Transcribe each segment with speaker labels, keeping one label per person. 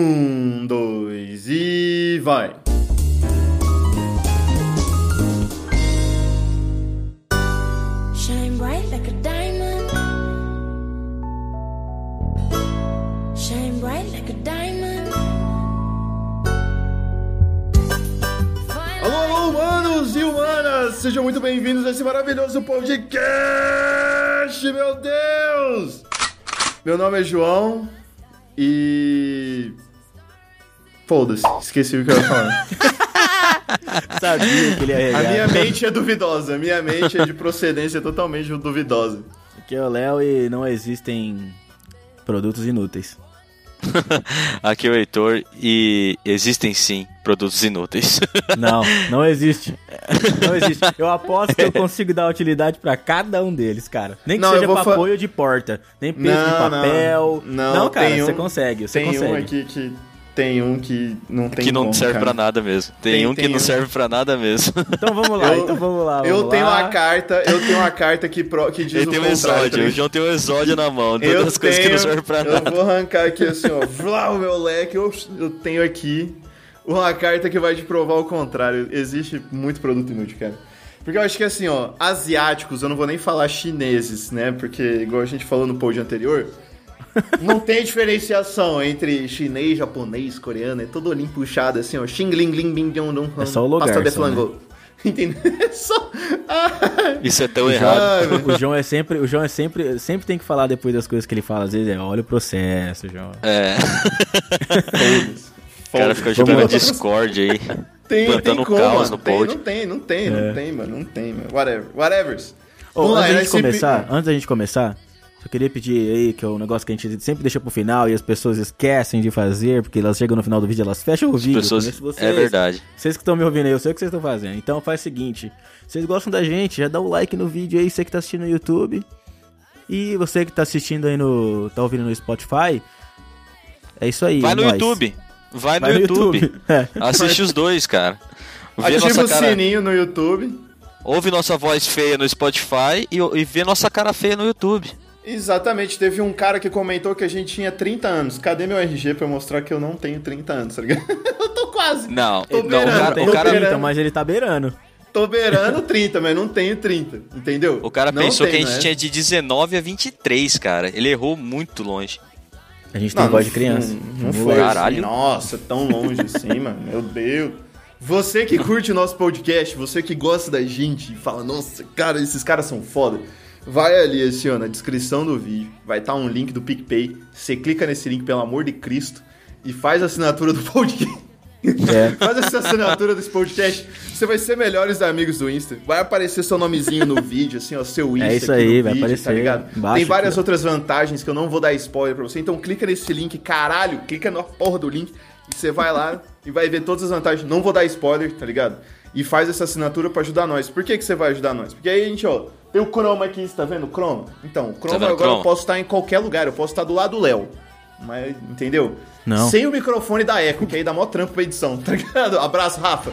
Speaker 1: Um, dois e vai!
Speaker 2: Shine bright like a diamond. Shine bright like a diamond.
Speaker 1: Alô, alô, humanos e humanas! Sejam muito bem-vindos a esse maravilhoso podcast, meu Deus! Meu nome é João e. Foda-se, esqueci o que eu ia falar.
Speaker 3: Sabia que ele ia
Speaker 1: A
Speaker 3: regar.
Speaker 1: minha mente é duvidosa, a minha mente é de procedência totalmente duvidosa.
Speaker 3: Aqui é o Léo e não existem produtos inúteis.
Speaker 4: Aqui é o Heitor e existem sim produtos inúteis.
Speaker 3: Não, não existe. Não existe. Eu aposto que eu consigo dar utilidade pra cada um deles, cara. Nem que
Speaker 1: Não, eu
Speaker 3: seja
Speaker 1: vou
Speaker 3: pra
Speaker 1: fa-
Speaker 3: apoio de porta, nem peso de
Speaker 1: Não, não.
Speaker 3: papel.
Speaker 1: Não,
Speaker 3: cara,
Speaker 1: tem um-
Speaker 3: você consegue, você
Speaker 1: tem
Speaker 3: consegue.
Speaker 1: um aqui que. Tem um que não tem
Speaker 4: que não
Speaker 1: como,
Speaker 4: serve
Speaker 1: cara.
Speaker 4: pra nada mesmo. Tem,
Speaker 1: Tem-
Speaker 4: um que
Speaker 1: tem um.
Speaker 4: não serve pra nada mesmo.
Speaker 3: Então vamos lá,
Speaker 1: Eu-
Speaker 3: então vamos lá. Vamos
Speaker 1: Eu tenho
Speaker 3: lá.
Speaker 1: uma carta, eu tenho uma carta que, pro, que diz
Speaker 4: Ele
Speaker 1: o
Speaker 4: tem um
Speaker 1: contrário. tá
Speaker 4: exódio. O
Speaker 1: ligado?
Speaker 4: João tem um exódio na mão. Todas
Speaker 1: Eu
Speaker 4: as coisas que não servem pra
Speaker 1: tenho-
Speaker 4: nada.
Speaker 1: Eu vou arrancar aqui assim, ó. Vlá, o meu leque. Eu, eu tenho aqui uma carta que vai te provar o contrário. Existe muito produto inútil, cara. Porque eu acho que assim, ó, asiáticos, eu não vou nem falar chineses, né? Porque, igual a gente falou no pod anterior, não tem diferenciação entre chinês, japonês, coreano. É todo olhinho puxado assim, ó. Xing, ling, ling, bing, dong, dong.
Speaker 3: É só o lugar
Speaker 1: Pasta de
Speaker 3: só, né?
Speaker 1: flango. Entendeu? É só... Ah,
Speaker 4: Isso é tão errado.
Speaker 1: velho.
Speaker 3: O João é sempre, o João é sempre, sempre tem que falar depois das coisas que ele fala. Às vezes é, olha o processo, João.
Speaker 4: É. O cara fica
Speaker 3: Vamos lá.
Speaker 4: jogando Discord aí.
Speaker 1: Tem,
Speaker 4: plantando
Speaker 1: tem como,
Speaker 4: caos
Speaker 1: mano.
Speaker 4: no
Speaker 1: tem,
Speaker 4: pod.
Speaker 1: não tem, não tem, não
Speaker 3: É.
Speaker 1: tem, mano. Não tem, mano. Whatever. Whatevers.
Speaker 3: Ô,
Speaker 1: Vamos lá,
Speaker 3: antes da gente
Speaker 1: SCP
Speaker 3: começar, antes da gente começar, eu queria pedir aí, que é um negócio que a gente sempre deixa pro final e as pessoas esquecem de fazer, porque elas chegam no final do vídeo, elas fecham o
Speaker 4: As
Speaker 3: vídeo.
Speaker 4: pessoas.
Speaker 3: conheço vocês.
Speaker 4: É verdade.
Speaker 3: Vocês que estão me ouvindo aí, eu sei o que vocês estão fazendo. Então faz o seguinte, vocês gostam da gente, já dá um like no vídeo aí, você que tá assistindo no YouTube. E você que tá assistindo aí no. tá ouvindo no Spotify. É isso aí.
Speaker 4: Vai
Speaker 3: é
Speaker 4: no
Speaker 3: nóis.
Speaker 4: YouTube. Vai no
Speaker 3: Vai no
Speaker 4: YouTube.
Speaker 3: YouTube. É.
Speaker 4: Assiste os dois, cara. Vê
Speaker 1: Ativa
Speaker 4: nossa
Speaker 1: o
Speaker 4: cara.
Speaker 1: sininho no YouTube.
Speaker 4: Ouve nossa voz feia no Spotify e, e vê nossa cara feia no YouTube.
Speaker 1: Exatamente, teve um cara que comentou que a gente tinha 30 anos. Cadê meu RG pra eu mostrar que eu não tenho 30 anos, tá ligado? eu tô quase.
Speaker 4: Não,
Speaker 1: Tô
Speaker 4: não, o
Speaker 1: beirando,
Speaker 4: cara,
Speaker 3: Tem
Speaker 4: o cara
Speaker 3: 30, mas ele tá beirando.
Speaker 1: Tô beirando 30, mas não tenho 30, entendeu?
Speaker 4: O cara
Speaker 1: Não
Speaker 4: pensou
Speaker 1: tem,
Speaker 4: que a gente
Speaker 1: né?
Speaker 4: tinha de 19 a 23, cara. Ele errou muito longe.
Speaker 3: A gente tem
Speaker 1: Não,
Speaker 3: voz de criança.
Speaker 1: Não, não
Speaker 3: Moleque.
Speaker 1: foi
Speaker 4: Caralho.
Speaker 1: assim, nossa, tão longe assim, mano. Meu Deus. Você que curte o nosso podcast, você que gosta da gente e fala, nossa, cara, esses caras são foda. Vai ali, assim, ó, na descrição do vídeo. Vai estar um link do PicPay. Você clica nesse link, pelo amor de Cristo, e faz a assinatura do podcast.
Speaker 3: É.
Speaker 1: Faz essa assinatura desse podcast. Você vai ser melhores amigos do Insta. Vai aparecer seu nomezinho no vídeo, assim, ó, seu Insta.
Speaker 3: É isso
Speaker 1: aqui
Speaker 3: aí,
Speaker 1: no
Speaker 3: vai
Speaker 1: vídeo, Tá
Speaker 3: aparecer.
Speaker 1: ligado?
Speaker 3: Baixa
Speaker 1: Tem várias
Speaker 3: aqui, ó.
Speaker 1: outras vantagens que eu não vou dar spoiler pra você. Então clica nesse link, caralho. Clica na porra do link. E você vai lá e vai ver todas as vantagens. Não vou dar spoiler, tá ligado? E faz essa assinatura pra ajudar nós. Por que, que você vai ajudar nós? Porque aí a gente, ó. Tem o Chroma aqui, você tá vendo? o Chroma? Então, o Chroma
Speaker 4: vendo o
Speaker 1: agora eu
Speaker 4: Chroma?
Speaker 1: posso estar em qualquer lugar. Eu posso estar do lado do Léo. Mas, entendeu?
Speaker 3: Não.
Speaker 1: Sem o microfone da Echo, que aí dá mó trampo pra edição, tá ligado? Abraço, Rafa.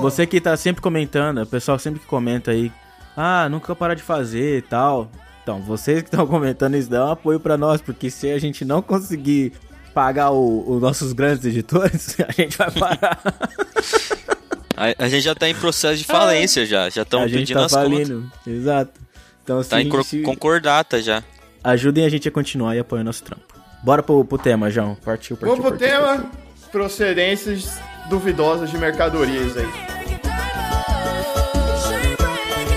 Speaker 3: Você que tá sempre comentando, o pessoal sempre que comenta aí, ah, nunca parar de fazer e tal. Então, vocês que estão comentando isso, dá um apoio pra nós, porque se a gente não conseguir pagar o- os nossos grandes editores, a gente vai parar.
Speaker 4: A, a gente já tá em processo de falência já. Já estão
Speaker 3: Ah, a gente
Speaker 4: pedindo
Speaker 3: tá
Speaker 4: as contas.
Speaker 3: falindo. Exato. Então, assim,
Speaker 4: Tá em cro-
Speaker 3: se-
Speaker 4: concordata já.
Speaker 3: ajudem a gente a continuar e apoiem o nosso trampo. Bora pro, pro tema, João. Partiu, partiu.
Speaker 1: Vamos pro
Speaker 3: partiu,
Speaker 1: tema: procedências duvidosas de mercadorias aí.
Speaker 2: Like a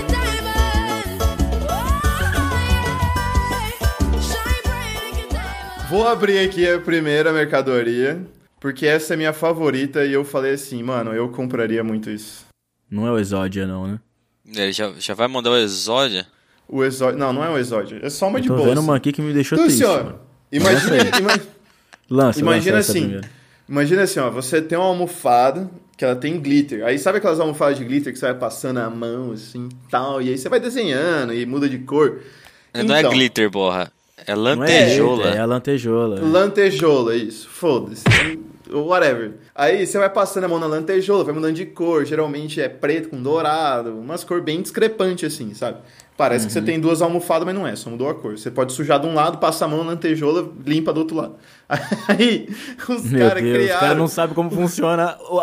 Speaker 2: diamond. Shine bright like a diamond. Oh, yeah. Shine bright like a diamond.
Speaker 1: Vou abrir aqui a primeira mercadoria, porque essa é minha favorita e eu falei assim, mano, eu compraria muito isso.
Speaker 3: Não é o Exódia, não, né?
Speaker 4: Ele já, já vai mandar o exódio.
Speaker 1: O exódio. Não, não é um exódio, é só uma
Speaker 3: Eu
Speaker 1: de
Speaker 3: tô
Speaker 1: bolsa.
Speaker 3: vendo uma aqui que me deixou
Speaker 1: Então,
Speaker 3: triste.
Speaker 1: assim, ó,
Speaker 3: mano.
Speaker 1: imagina, ima-
Speaker 3: Lança,
Speaker 1: imagina
Speaker 3: lança essa
Speaker 1: assim.
Speaker 3: primeiro.
Speaker 1: Imagina assim, ó, você tem uma almofada que ela tem glitter. Aí sabe aquelas almofadas de glitter que você vai passando a mão assim, tal, e aí você vai desenhando e muda de cor.
Speaker 4: Não é
Speaker 1: Então,
Speaker 4: glitter, borra. É
Speaker 3: Não é
Speaker 4: lantejola.
Speaker 3: jeito, É a lantejola.
Speaker 1: Lantejola, isso. Foda-se. Whatever. Aí você vai passando a mão na lantejola, vai mudando de cor. Geralmente é preto com dourado, umas cores bem discrepantes assim, sabe? Parece que você
Speaker 3: Uhum.
Speaker 1: tem duas almofadas, mas não é, só mudou a cor. Você pode sujar de um lado, passa a mão na lantejola, limpa do outro lado. Aí, os
Speaker 3: Meu
Speaker 1: caras
Speaker 3: Deus, os caras
Speaker 1: criaram.
Speaker 3: não sabem como funciona a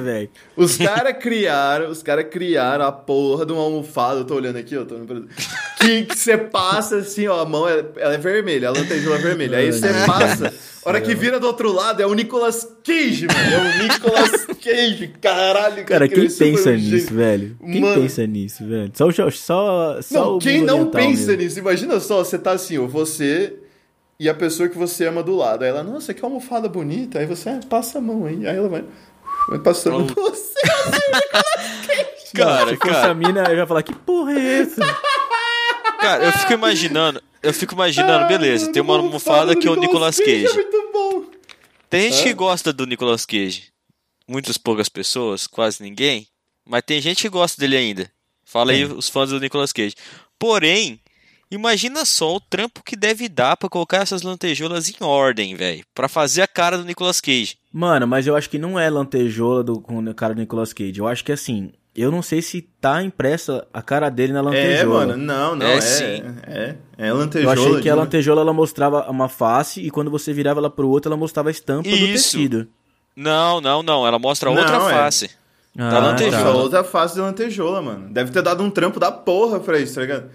Speaker 3: velho.
Speaker 1: Os caras criaram, os caras criaram a porra de uma almofada, eu tô olhando aqui, eu tô olhando pra- que, que você passa assim, ó, a mão é, ela é vermelha, a lantejola é vermelha. Aí você passa, a hora que vira do outro lado é o Nicolas Cage, mano. É o Nicolas Cage, caralho.
Speaker 3: Cara,
Speaker 1: aquele
Speaker 3: quem
Speaker 1: é super
Speaker 3: pensa
Speaker 1: gênio.
Speaker 3: nisso, velho? Quem
Speaker 1: Mano.
Speaker 3: pensa nisso, velho? Só, o cho- só, só
Speaker 1: Não,
Speaker 3: o
Speaker 1: quem
Speaker 3: mundo
Speaker 1: não
Speaker 3: oriental
Speaker 1: pensa
Speaker 3: mesmo.
Speaker 1: nisso? Imagina só, você tá assim, ó, você e a pessoa que você ama do lado. Aí ela, nossa, que almofada bonita. Aí você, ah, passa a mão aí. Aí ela vai, vai passando por você.
Speaker 4: Cara,
Speaker 3: Se fosse a
Speaker 4: cara,
Speaker 3: mina, eu ia falar, que porra é essa?
Speaker 4: cara, eu fico imaginando, eu fico imaginando, beleza, tem uma almofada que é o Nicolas
Speaker 1: É
Speaker 4: Cage.
Speaker 1: muito bom.
Speaker 4: Tem gente que gosta do Nicolas Cage. Muitas poucas pessoas, quase ninguém, mas tem gente que gosta dele ainda. Fala aí os fãs do Nicolas Cage. Porém, imagina só o trampo que deve dar pra colocar essas lantejoulas em ordem, velho, Pra fazer a cara do Nicolas Cage.
Speaker 3: Mano, mas eu acho que não é lantejola do, com o cara do Nicolas Cage. Eu acho que assim, eu não sei se tá impressa a cara dele na lantejola.
Speaker 1: É, mano, não, não,
Speaker 4: É,
Speaker 1: é.
Speaker 4: sim.
Speaker 1: É, é
Speaker 3: Eu
Speaker 1: lantejola.
Speaker 3: achei que a
Speaker 1: né?
Speaker 3: lantejola ela mostrava uma face e quando você virava ela pro outro, ela mostrava a estampa do
Speaker 4: Isso.
Speaker 3: tecido.
Speaker 4: Não, não, não, ela mostra
Speaker 1: Não,
Speaker 4: outra
Speaker 1: é.
Speaker 4: face.
Speaker 3: Ah,
Speaker 4: Da
Speaker 1: Lantejola.
Speaker 4: lantejola.
Speaker 1: Outra face é de lantejola, mano. Deve ter dado um trampo da porra pra isso, tá ligado?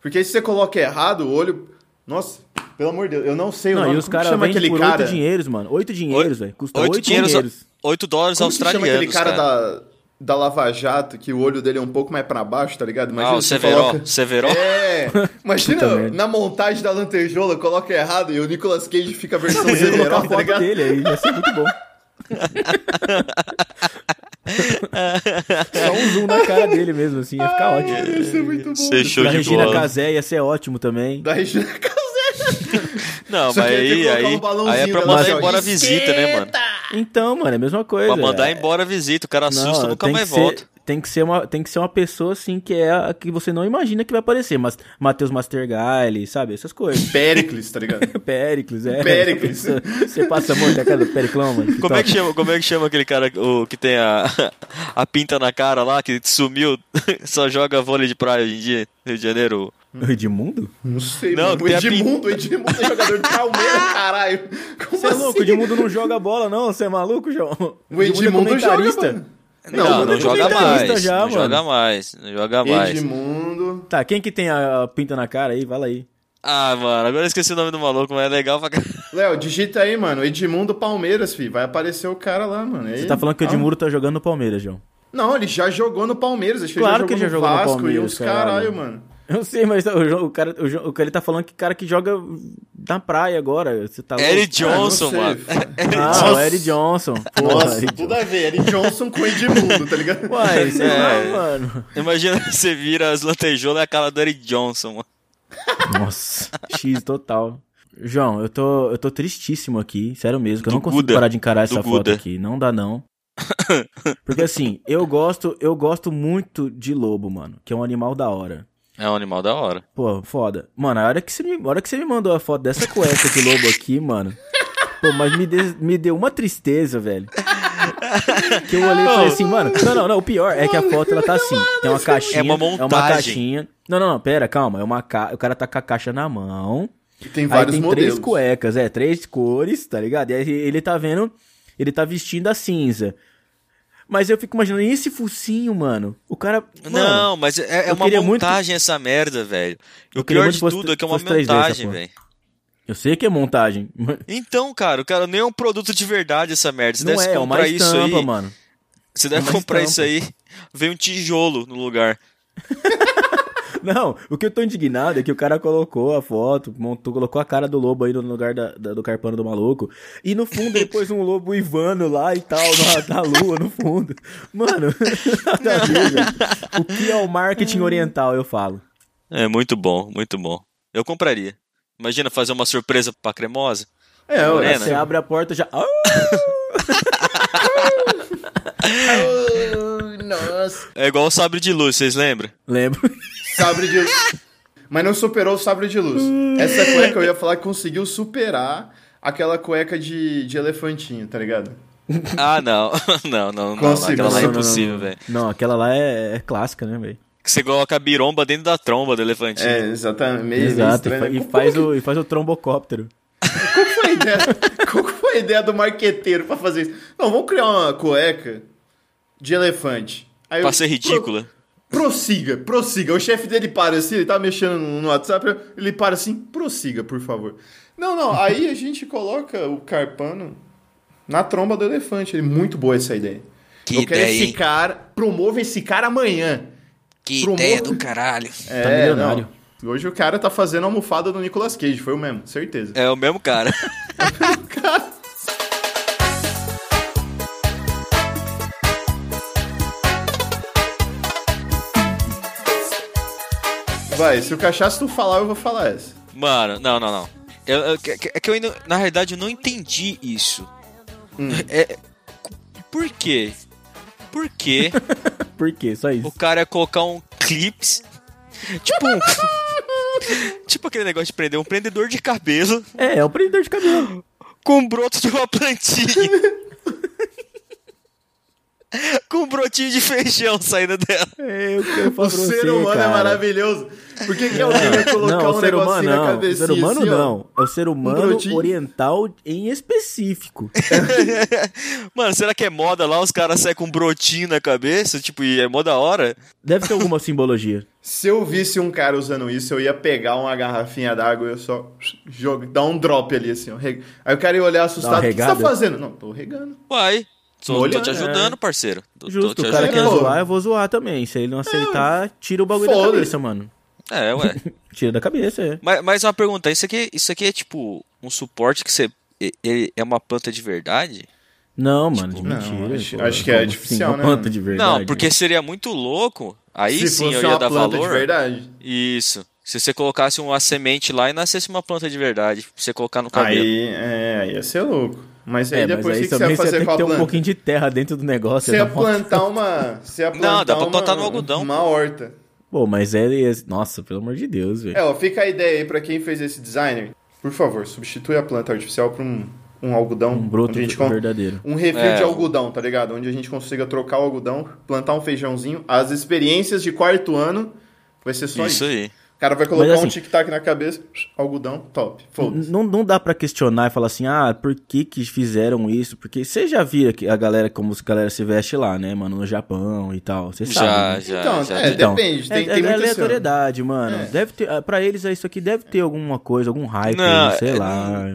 Speaker 1: Porque aí se você coloca errado, o olho... Nossa, pelo amor de Deus, eu não sei o
Speaker 3: Não,
Speaker 1: um nome.
Speaker 3: e os
Speaker 1: Como que
Speaker 3: caras
Speaker 1: chama
Speaker 3: vendem
Speaker 1: aquele
Speaker 3: por
Speaker 1: cara?
Speaker 3: oito dinheiros, mano. Oito dinheiros, velho. Custa
Speaker 4: Oito
Speaker 3: oito
Speaker 4: dinheiros-
Speaker 3: dinheiros.
Speaker 4: oito dólares
Speaker 1: Como que chama
Speaker 4: australianos.
Speaker 1: aquele cara,
Speaker 4: cara.
Speaker 1: da, da Lava Jato, que o olho dele é um pouco mais pra baixo, tá ligado?
Speaker 4: Ah, o
Speaker 1: você
Speaker 4: Severo.
Speaker 1: coloca-
Speaker 4: Severo?
Speaker 1: É,
Speaker 3: Puta
Speaker 1: imagina
Speaker 3: merda.
Speaker 1: na montagem da lantejola, coloca errado e o Nicolas Cage fica a versão
Speaker 3: Eu ia colocar a
Speaker 1: Severo, tá
Speaker 3: foto
Speaker 1: ligado?
Speaker 3: dele aí, ia ser muito bom. Só um zoom na cara dele mesmo, assim, ia ficar ótimo.
Speaker 1: Isso é muito bom.
Speaker 4: Você show
Speaker 3: Da
Speaker 4: de
Speaker 3: Regina
Speaker 4: bola.
Speaker 3: Casé ia ser ótimo também.
Speaker 1: Da Regina Casé.
Speaker 4: Não,
Speaker 1: Só
Speaker 4: mas
Speaker 1: que ia ter que
Speaker 4: aí,
Speaker 1: colocar
Speaker 4: aí,
Speaker 1: um balãozinho
Speaker 4: aí é pra
Speaker 1: da
Speaker 4: mandar
Speaker 1: Marvel.
Speaker 4: embora a visita, né, mano?
Speaker 3: Então, mano, é a mesma coisa.
Speaker 4: Pra mandar
Speaker 3: É-
Speaker 4: embora a visita, o cara assusta, nunca
Speaker 3: tem
Speaker 4: mais
Speaker 3: que ser-
Speaker 4: volta.
Speaker 3: Tem que, ser uma, tem que ser uma pessoa, assim, que é a que você não imagina que vai aparecer. Mas Matheus Mastergalli, sabe? Essas coisas.
Speaker 1: Péricles, tá ligado?
Speaker 3: Péricles, é.
Speaker 1: Péricles.
Speaker 3: Você passa muito na cara do Periclão, mano.
Speaker 4: Como é, que
Speaker 3: top.
Speaker 4: chama, como é que chama aquele cara o, que tem a, a pinta na cara lá, que sumiu, só joga vôlei de praia hoje em dia, Rio de Janeiro?
Speaker 3: O Edmundo?
Speaker 1: Não sei,
Speaker 4: Não,
Speaker 1: mano. O
Speaker 4: tem a pin-
Speaker 1: Edmundo, o Edmundo é jogador de Palmeiras, caralho. Como
Speaker 3: Você é
Speaker 1: assim?
Speaker 3: louco, o Edmundo não joga bola, não? Você é maluco, João?
Speaker 1: O Edmundo
Speaker 3: é
Speaker 1: joga, mano. Não,
Speaker 4: Não, não,
Speaker 1: mano,
Speaker 4: joga
Speaker 3: comentarista
Speaker 4: mais.
Speaker 3: já,
Speaker 4: não
Speaker 3: mano.
Speaker 4: joga mais, não joga mais.
Speaker 1: Edmundo...
Speaker 3: Tá, quem que tem a pinta na cara aí? Fala aí.
Speaker 4: Ah, mano, agora eu esqueci o nome do maluco, mas é legal pra caralho.
Speaker 1: Léo, digita aí, mano. Edmundo Palmeiras, fi. Vai aparecer o cara lá, mano.
Speaker 3: Você tá falando que o Edmundo tá jogando no Palmeiras, João.
Speaker 1: Não, ele já jogou no Palmeiras. Acho
Speaker 3: Claro
Speaker 1: que ele já jogou no Vasco e os caralho, mano.
Speaker 3: Eu sei, mas tá, o, João- o cara, o, João- o cara ele tá falando que cara que joga na praia agora. Você tá
Speaker 4: Eric
Speaker 3: louco?
Speaker 4: Johnson,
Speaker 1: Ah, não
Speaker 4: mano.
Speaker 1: sei.
Speaker 3: Ah, o
Speaker 1: Nossa.
Speaker 3: Eric Johnson. Pô,
Speaker 1: Nossa,
Speaker 3: Eric
Speaker 1: tudo a ver. Eric Johnson com Edmundo, tá ligado?
Speaker 3: Uai, sei lá,
Speaker 4: É.
Speaker 3: mano.
Speaker 4: Imagina você vira as lantejoulas e a cara do Eric Johnson, mano.
Speaker 3: Nossa, X total. João, eu tô, eu tô tristíssimo aqui, sério mesmo, que eu
Speaker 4: Do
Speaker 3: não consigo
Speaker 4: Guda.
Speaker 3: parar de encarar
Speaker 4: Do
Speaker 3: essa foto
Speaker 4: Guda.
Speaker 3: aqui. Não dá, não. Porque assim, eu gosto, eu gosto muito de lobo, mano, que é um animal da hora.
Speaker 4: É um animal da hora.
Speaker 3: Pô, foda. Mano, a hora que você me, a hora que você me mandou a foto dessa cueca de lobo aqui, mano. Pô, mas me, de- me deu uma tristeza, velho. Que eu olhei e falei assim, mano. Não, não, não. O pior é que a foto ela tá assim. Tem uma caixinha.
Speaker 4: É uma montagem.
Speaker 3: caixinha. Não, não, não. Pera, calma. É uma ca... O cara tá com a caixa na mão.
Speaker 1: E tem
Speaker 3: Aí
Speaker 1: vários
Speaker 3: tem
Speaker 1: modelos.
Speaker 3: três cuecas, é, três cores, tá ligado? E aí ele tá vendo, ele tá vestindo a cinza. Mas eu fico imaginando, e esse focinho, mano? O cara. mano,
Speaker 4: não, mas é, é
Speaker 3: eu
Speaker 4: uma
Speaker 3: queria muito-
Speaker 4: montagem essa merda, velho. O
Speaker 3: queria
Speaker 4: pior
Speaker 3: muito
Speaker 4: de
Speaker 3: que fosse-
Speaker 4: tudo é que é uma
Speaker 3: fosse 3D essa
Speaker 4: montagem,
Speaker 3: porra.
Speaker 4: velho.
Speaker 3: Eu sei que é montagem. mas
Speaker 4: Então, cara, o cara nem é um produto de verdade essa merda. Você
Speaker 3: Não
Speaker 4: deve
Speaker 3: é, é
Speaker 4: comprar
Speaker 3: uma
Speaker 4: isso
Speaker 3: estampa,
Speaker 4: aí.
Speaker 3: mano. É
Speaker 4: Você deve
Speaker 3: uma
Speaker 4: comprar isso
Speaker 3: estampa.
Speaker 4: aí. Vem um tijolo no lugar.
Speaker 3: Não, o que eu tô indignado é que o cara colocou a foto, montou, colocou a cara do lobo aí no lugar da- da- do carpano do maluco. E no fundo ele pôs um lobo Ivano lá e tal, na, da lua no fundo. Mano, nada a ver, velho. o que é o marketing oriental, eu falo.
Speaker 4: É muito bom, muito bom. Eu compraria. Imagina fazer uma surpresa pra cremosa.
Speaker 1: É,
Speaker 4: Morena.
Speaker 1: olha.
Speaker 3: Você abre a porta já. Ah!
Speaker 1: Oh, nossa.
Speaker 4: É igual o sabre de luz, vocês lembram?
Speaker 3: Lembro.
Speaker 1: Sabre de Mas não superou o sabre de luz. Essa cueca eu ia falar que conseguiu superar aquela cueca de, de elefantinho, tá ligado?
Speaker 4: Ah, não. Não, não, não. não.
Speaker 1: Consigo,
Speaker 4: Aquela lá
Speaker 1: não,
Speaker 3: não,
Speaker 4: é
Speaker 3: não,
Speaker 4: impossível,
Speaker 3: não.
Speaker 4: velho.
Speaker 3: Não, aquela lá é, é clássica, né, velho?
Speaker 4: Que que você coloca a biromba dentro da tromba do elefantinho.
Speaker 1: É, exatamente. Meio
Speaker 3: Exato, e
Speaker 1: estranho,
Speaker 3: fa-
Speaker 1: né?
Speaker 3: e,
Speaker 1: Como-
Speaker 3: faz o, e faz o trombocóptero.
Speaker 1: Qual que foi a ideia? Qual que foi a ideia do marqueteiro pra fazer isso? Não, vamos criar uma cueca de elefante. Aí
Speaker 4: Pra
Speaker 1: eu-
Speaker 4: ser ridícula.
Speaker 1: Pro- prossiga, prossiga. O chefe dele para assim, ele tá mexendo no no WhatsApp, ele para assim, prossiga, por favor. Não, não, aí a gente coloca o carpano na tromba do elefante. Ele, muito boa essa ideia.
Speaker 4: Que
Speaker 1: eu quero
Speaker 4: ideia,
Speaker 1: esse
Speaker 4: hein?
Speaker 1: cara, promova esse cara amanhã.
Speaker 4: Que
Speaker 1: pro
Speaker 4: ideia
Speaker 1: morro.
Speaker 4: do caralho.
Speaker 1: É,
Speaker 3: milionário.
Speaker 1: não. Hoje o cara tá fazendo a almofada do Nicolas Cage, foi o mesmo, certeza.
Speaker 4: É o mesmo cara.
Speaker 1: Vai, se o cachaço tu falar, eu vou falar essa.
Speaker 4: Mano, não, não, não. Eu- eu- que- que- é que eu ainda, na realidade, eu não entendi isso. É- por quê? Por quê
Speaker 3: Por quê? Só
Speaker 4: o
Speaker 3: isso.
Speaker 4: cara ia colocar um clips? Tipo um. tipo aquele negócio de prender um prendedor de cabelo
Speaker 3: É, é o prendedor de cabelo.
Speaker 4: com um broto de uma plantinha. com um brotinho de feijão saindo dela.
Speaker 3: É, eu quero falar
Speaker 1: O
Speaker 3: pra
Speaker 1: ser
Speaker 3: você,
Speaker 1: humano
Speaker 3: cara.
Speaker 1: é maravilhoso. Por que, que alguém vai colocar
Speaker 3: Não, é o
Speaker 1: um
Speaker 3: ser
Speaker 1: negocinho
Speaker 3: humano
Speaker 1: na
Speaker 3: não. O
Speaker 1: cabecinha?
Speaker 3: ser humano
Speaker 1: assim, ó?
Speaker 3: não. É o ser humano
Speaker 1: brotinho.
Speaker 3: oriental em específico.
Speaker 4: Mano, será que é moda lá? Os caras saem com um brotinho na cabeça? Tipo, e é mó da hora?
Speaker 3: Deve ter alguma simbologia.
Speaker 1: Se eu visse um cara usando isso, eu ia pegar uma garrafinha d'água e eu só joga, dar um drop ali, assim. ó. Re- Aí o cara ia olhar
Speaker 3: Dá uma
Speaker 1: assustado. O que você tá
Speaker 3: regada.
Speaker 1: fazendo? Não, tô regando.
Speaker 4: Uai. Tô,
Speaker 1: Olha,
Speaker 4: tô te ajudando, parceiro. Tô, tô
Speaker 3: Justo,
Speaker 4: te
Speaker 3: o cara
Speaker 1: ajudando.
Speaker 3: quer
Speaker 1: Pô.
Speaker 3: zoar, eu vou zoar também. Se ele não aceitar, tira o bagulho da
Speaker 1: Foda-se.
Speaker 3: cabeça, mano.
Speaker 4: É, ué.
Speaker 3: Tira da cabeça, é.
Speaker 4: mas, mas uma pergunta, isso aqui, isso aqui é tipo um suporte que você. e- Ele é uma planta de verdade?
Speaker 3: Não, mano, de
Speaker 1: não,
Speaker 3: mentira.
Speaker 1: acho-
Speaker 3: pô.
Speaker 1: acho que é
Speaker 3: Como
Speaker 1: artificial,
Speaker 3: assim,
Speaker 1: né,
Speaker 3: uma
Speaker 1: mano?
Speaker 3: planta de verdade.
Speaker 4: Tipo, Não, porque seria muito louco. Aí
Speaker 1: Se
Speaker 4: sim eu
Speaker 1: fosse
Speaker 4: ia
Speaker 1: uma
Speaker 4: dar
Speaker 1: planta de
Speaker 4: valor.
Speaker 1: verdade.
Speaker 4: Isso. Se você colocasse uma semente lá e nascesse uma planta de verdade, pra você colocar no cabelo.
Speaker 1: Aí, é, aí ia ser louco. Mas aí
Speaker 3: É, mas
Speaker 1: depois o
Speaker 3: aí
Speaker 1: que, que você
Speaker 3: também
Speaker 1: ia
Speaker 3: você
Speaker 1: fazer
Speaker 3: tem
Speaker 1: com
Speaker 3: que
Speaker 1: a
Speaker 3: ter um
Speaker 1: planta?
Speaker 3: pouquinho de terra dentro do negócio. é
Speaker 1: Você é ia
Speaker 3: dá uma-
Speaker 1: plantar uma. Você ia plantar
Speaker 4: Não, dá pra
Speaker 1: uma-
Speaker 4: plantar no algodão.
Speaker 1: Uma horta.
Speaker 3: Pô, mas é... Nossa, pelo amor de Deus, velho.
Speaker 1: É, ó, fica a ideia aí pra quem fez esse designer. Por favor, substitui a planta artificial por um, um algodão.
Speaker 3: Um broto
Speaker 1: onde a gente com-
Speaker 3: verdadeiro.
Speaker 1: Um refil
Speaker 4: É.
Speaker 1: de algodão, tá ligado? Onde a gente consiga trocar o algodão, plantar um feijãozinho. As experiências de quarto ano vai ser é só isso.
Speaker 4: Isso aí.
Speaker 1: O cara vai colocar
Speaker 3: assim-
Speaker 1: um tic-tac na cabeça, algodão, top. Foda-se.
Speaker 3: Não, não dá pra questionar e falar assim, ah, por que que fizeram isso? Porque você já via que a galera, como a galera se veste lá, né, mano, no Japão e tal, você sabe. né?
Speaker 4: Já, já,
Speaker 1: Então,
Speaker 4: já.
Speaker 1: é, depende, tem-
Speaker 3: é,
Speaker 1: tem
Speaker 3: é
Speaker 1: muita
Speaker 3: aleatoriedade, mano.
Speaker 1: É.
Speaker 3: Deve ter, ah, pra eles, é isso aqui deve ter alguma coisa, algum hype,
Speaker 4: Não,
Speaker 3: aí, sei
Speaker 4: é,
Speaker 3: lá.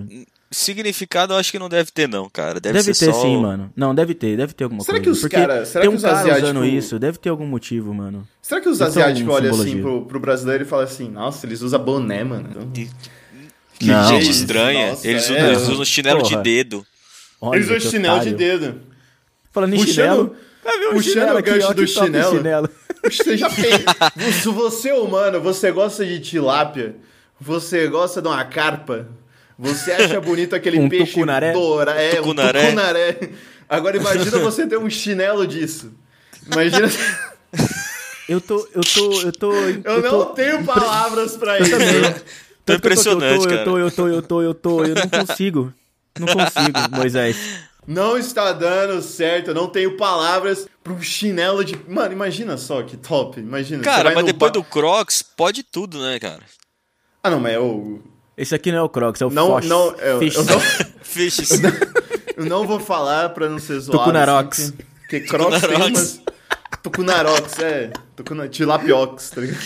Speaker 4: Significado eu acho que não deve ter, não, cara. Deve,
Speaker 3: Deve,
Speaker 4: ser
Speaker 3: ter
Speaker 4: só
Speaker 3: sim,
Speaker 4: o-
Speaker 3: mano. Não, deve ter, deve ter alguma
Speaker 1: Será
Speaker 3: coisa.
Speaker 1: que os
Speaker 3: Porque
Speaker 1: cara- será
Speaker 3: tem
Speaker 1: que
Speaker 3: um
Speaker 1: os
Speaker 3: cara
Speaker 1: asiáticos-
Speaker 3: usando isso, deve ter algum motivo, mano.
Speaker 1: Será que os
Speaker 3: Isso é um
Speaker 1: asiáticos olham assim
Speaker 3: simbologia.
Speaker 1: pro, pro brasileiro e falam assim, nossa, eles usam boné, mano. então?"
Speaker 4: Que
Speaker 3: Não,
Speaker 4: gente
Speaker 3: mano.
Speaker 4: estranha.
Speaker 1: Nossa,
Speaker 4: eles,
Speaker 1: é.
Speaker 4: usam, eles usam chinelo de
Speaker 3: Porra.
Speaker 4: dedo.
Speaker 3: Olha,
Speaker 1: Eles usam
Speaker 3: que
Speaker 1: chinelo de
Speaker 3: otário.
Speaker 1: dedo.
Speaker 3: Falando em
Speaker 1: Puxando,
Speaker 3: chinelo... Ah, meu, um
Speaker 1: puxando
Speaker 3: chinelo
Speaker 1: o
Speaker 3: aqui,
Speaker 1: gancho
Speaker 3: ó, que
Speaker 1: do
Speaker 3: top
Speaker 1: chinelo. Você já tem. Se você é humano, você gosta de tilápia, você gosta de uma carpa, você acha bonito aquele
Speaker 3: Um
Speaker 1: peixe
Speaker 3: tucunaré?
Speaker 1: dourado, é,
Speaker 4: Tucunaré.
Speaker 1: um tucunaré. Agora imagina você ter um chinelo disso. Imagina.
Speaker 3: Eu tô, eu tô, eu tô...
Speaker 1: Eu
Speaker 3: tô-
Speaker 1: não tenho palavras pra isso.
Speaker 4: Tô
Speaker 3: Tanto que eu
Speaker 4: impressionante,
Speaker 3: eu tô, eu tô, eu tô, eu tô, eu tô, eu não consigo. Não consigo, Moisés.
Speaker 1: Não está dando certo, eu não tenho palavras pra um chinelo de. Mano, imagina só que top. Imagina. você
Speaker 4: Cara,
Speaker 1: vai
Speaker 4: mas
Speaker 1: no
Speaker 4: depois
Speaker 1: ba-
Speaker 4: do Crocs, pode tudo, né, cara?
Speaker 1: Ah, não, mas eu.
Speaker 3: Esse aqui não é o Crocs, é o
Speaker 1: Não,
Speaker 3: Foch.
Speaker 1: não, eu,
Speaker 3: Fish.
Speaker 1: eu não.
Speaker 4: Feixes.
Speaker 1: Eu não vou falar pra não ser zoado.
Speaker 3: Tucunarox.
Speaker 1: assim, que- Porque Crocs tem
Speaker 4: Tucunarox.
Speaker 1: umas... Tucunarox, é. Tucuna... Tilapiox, tá ligado?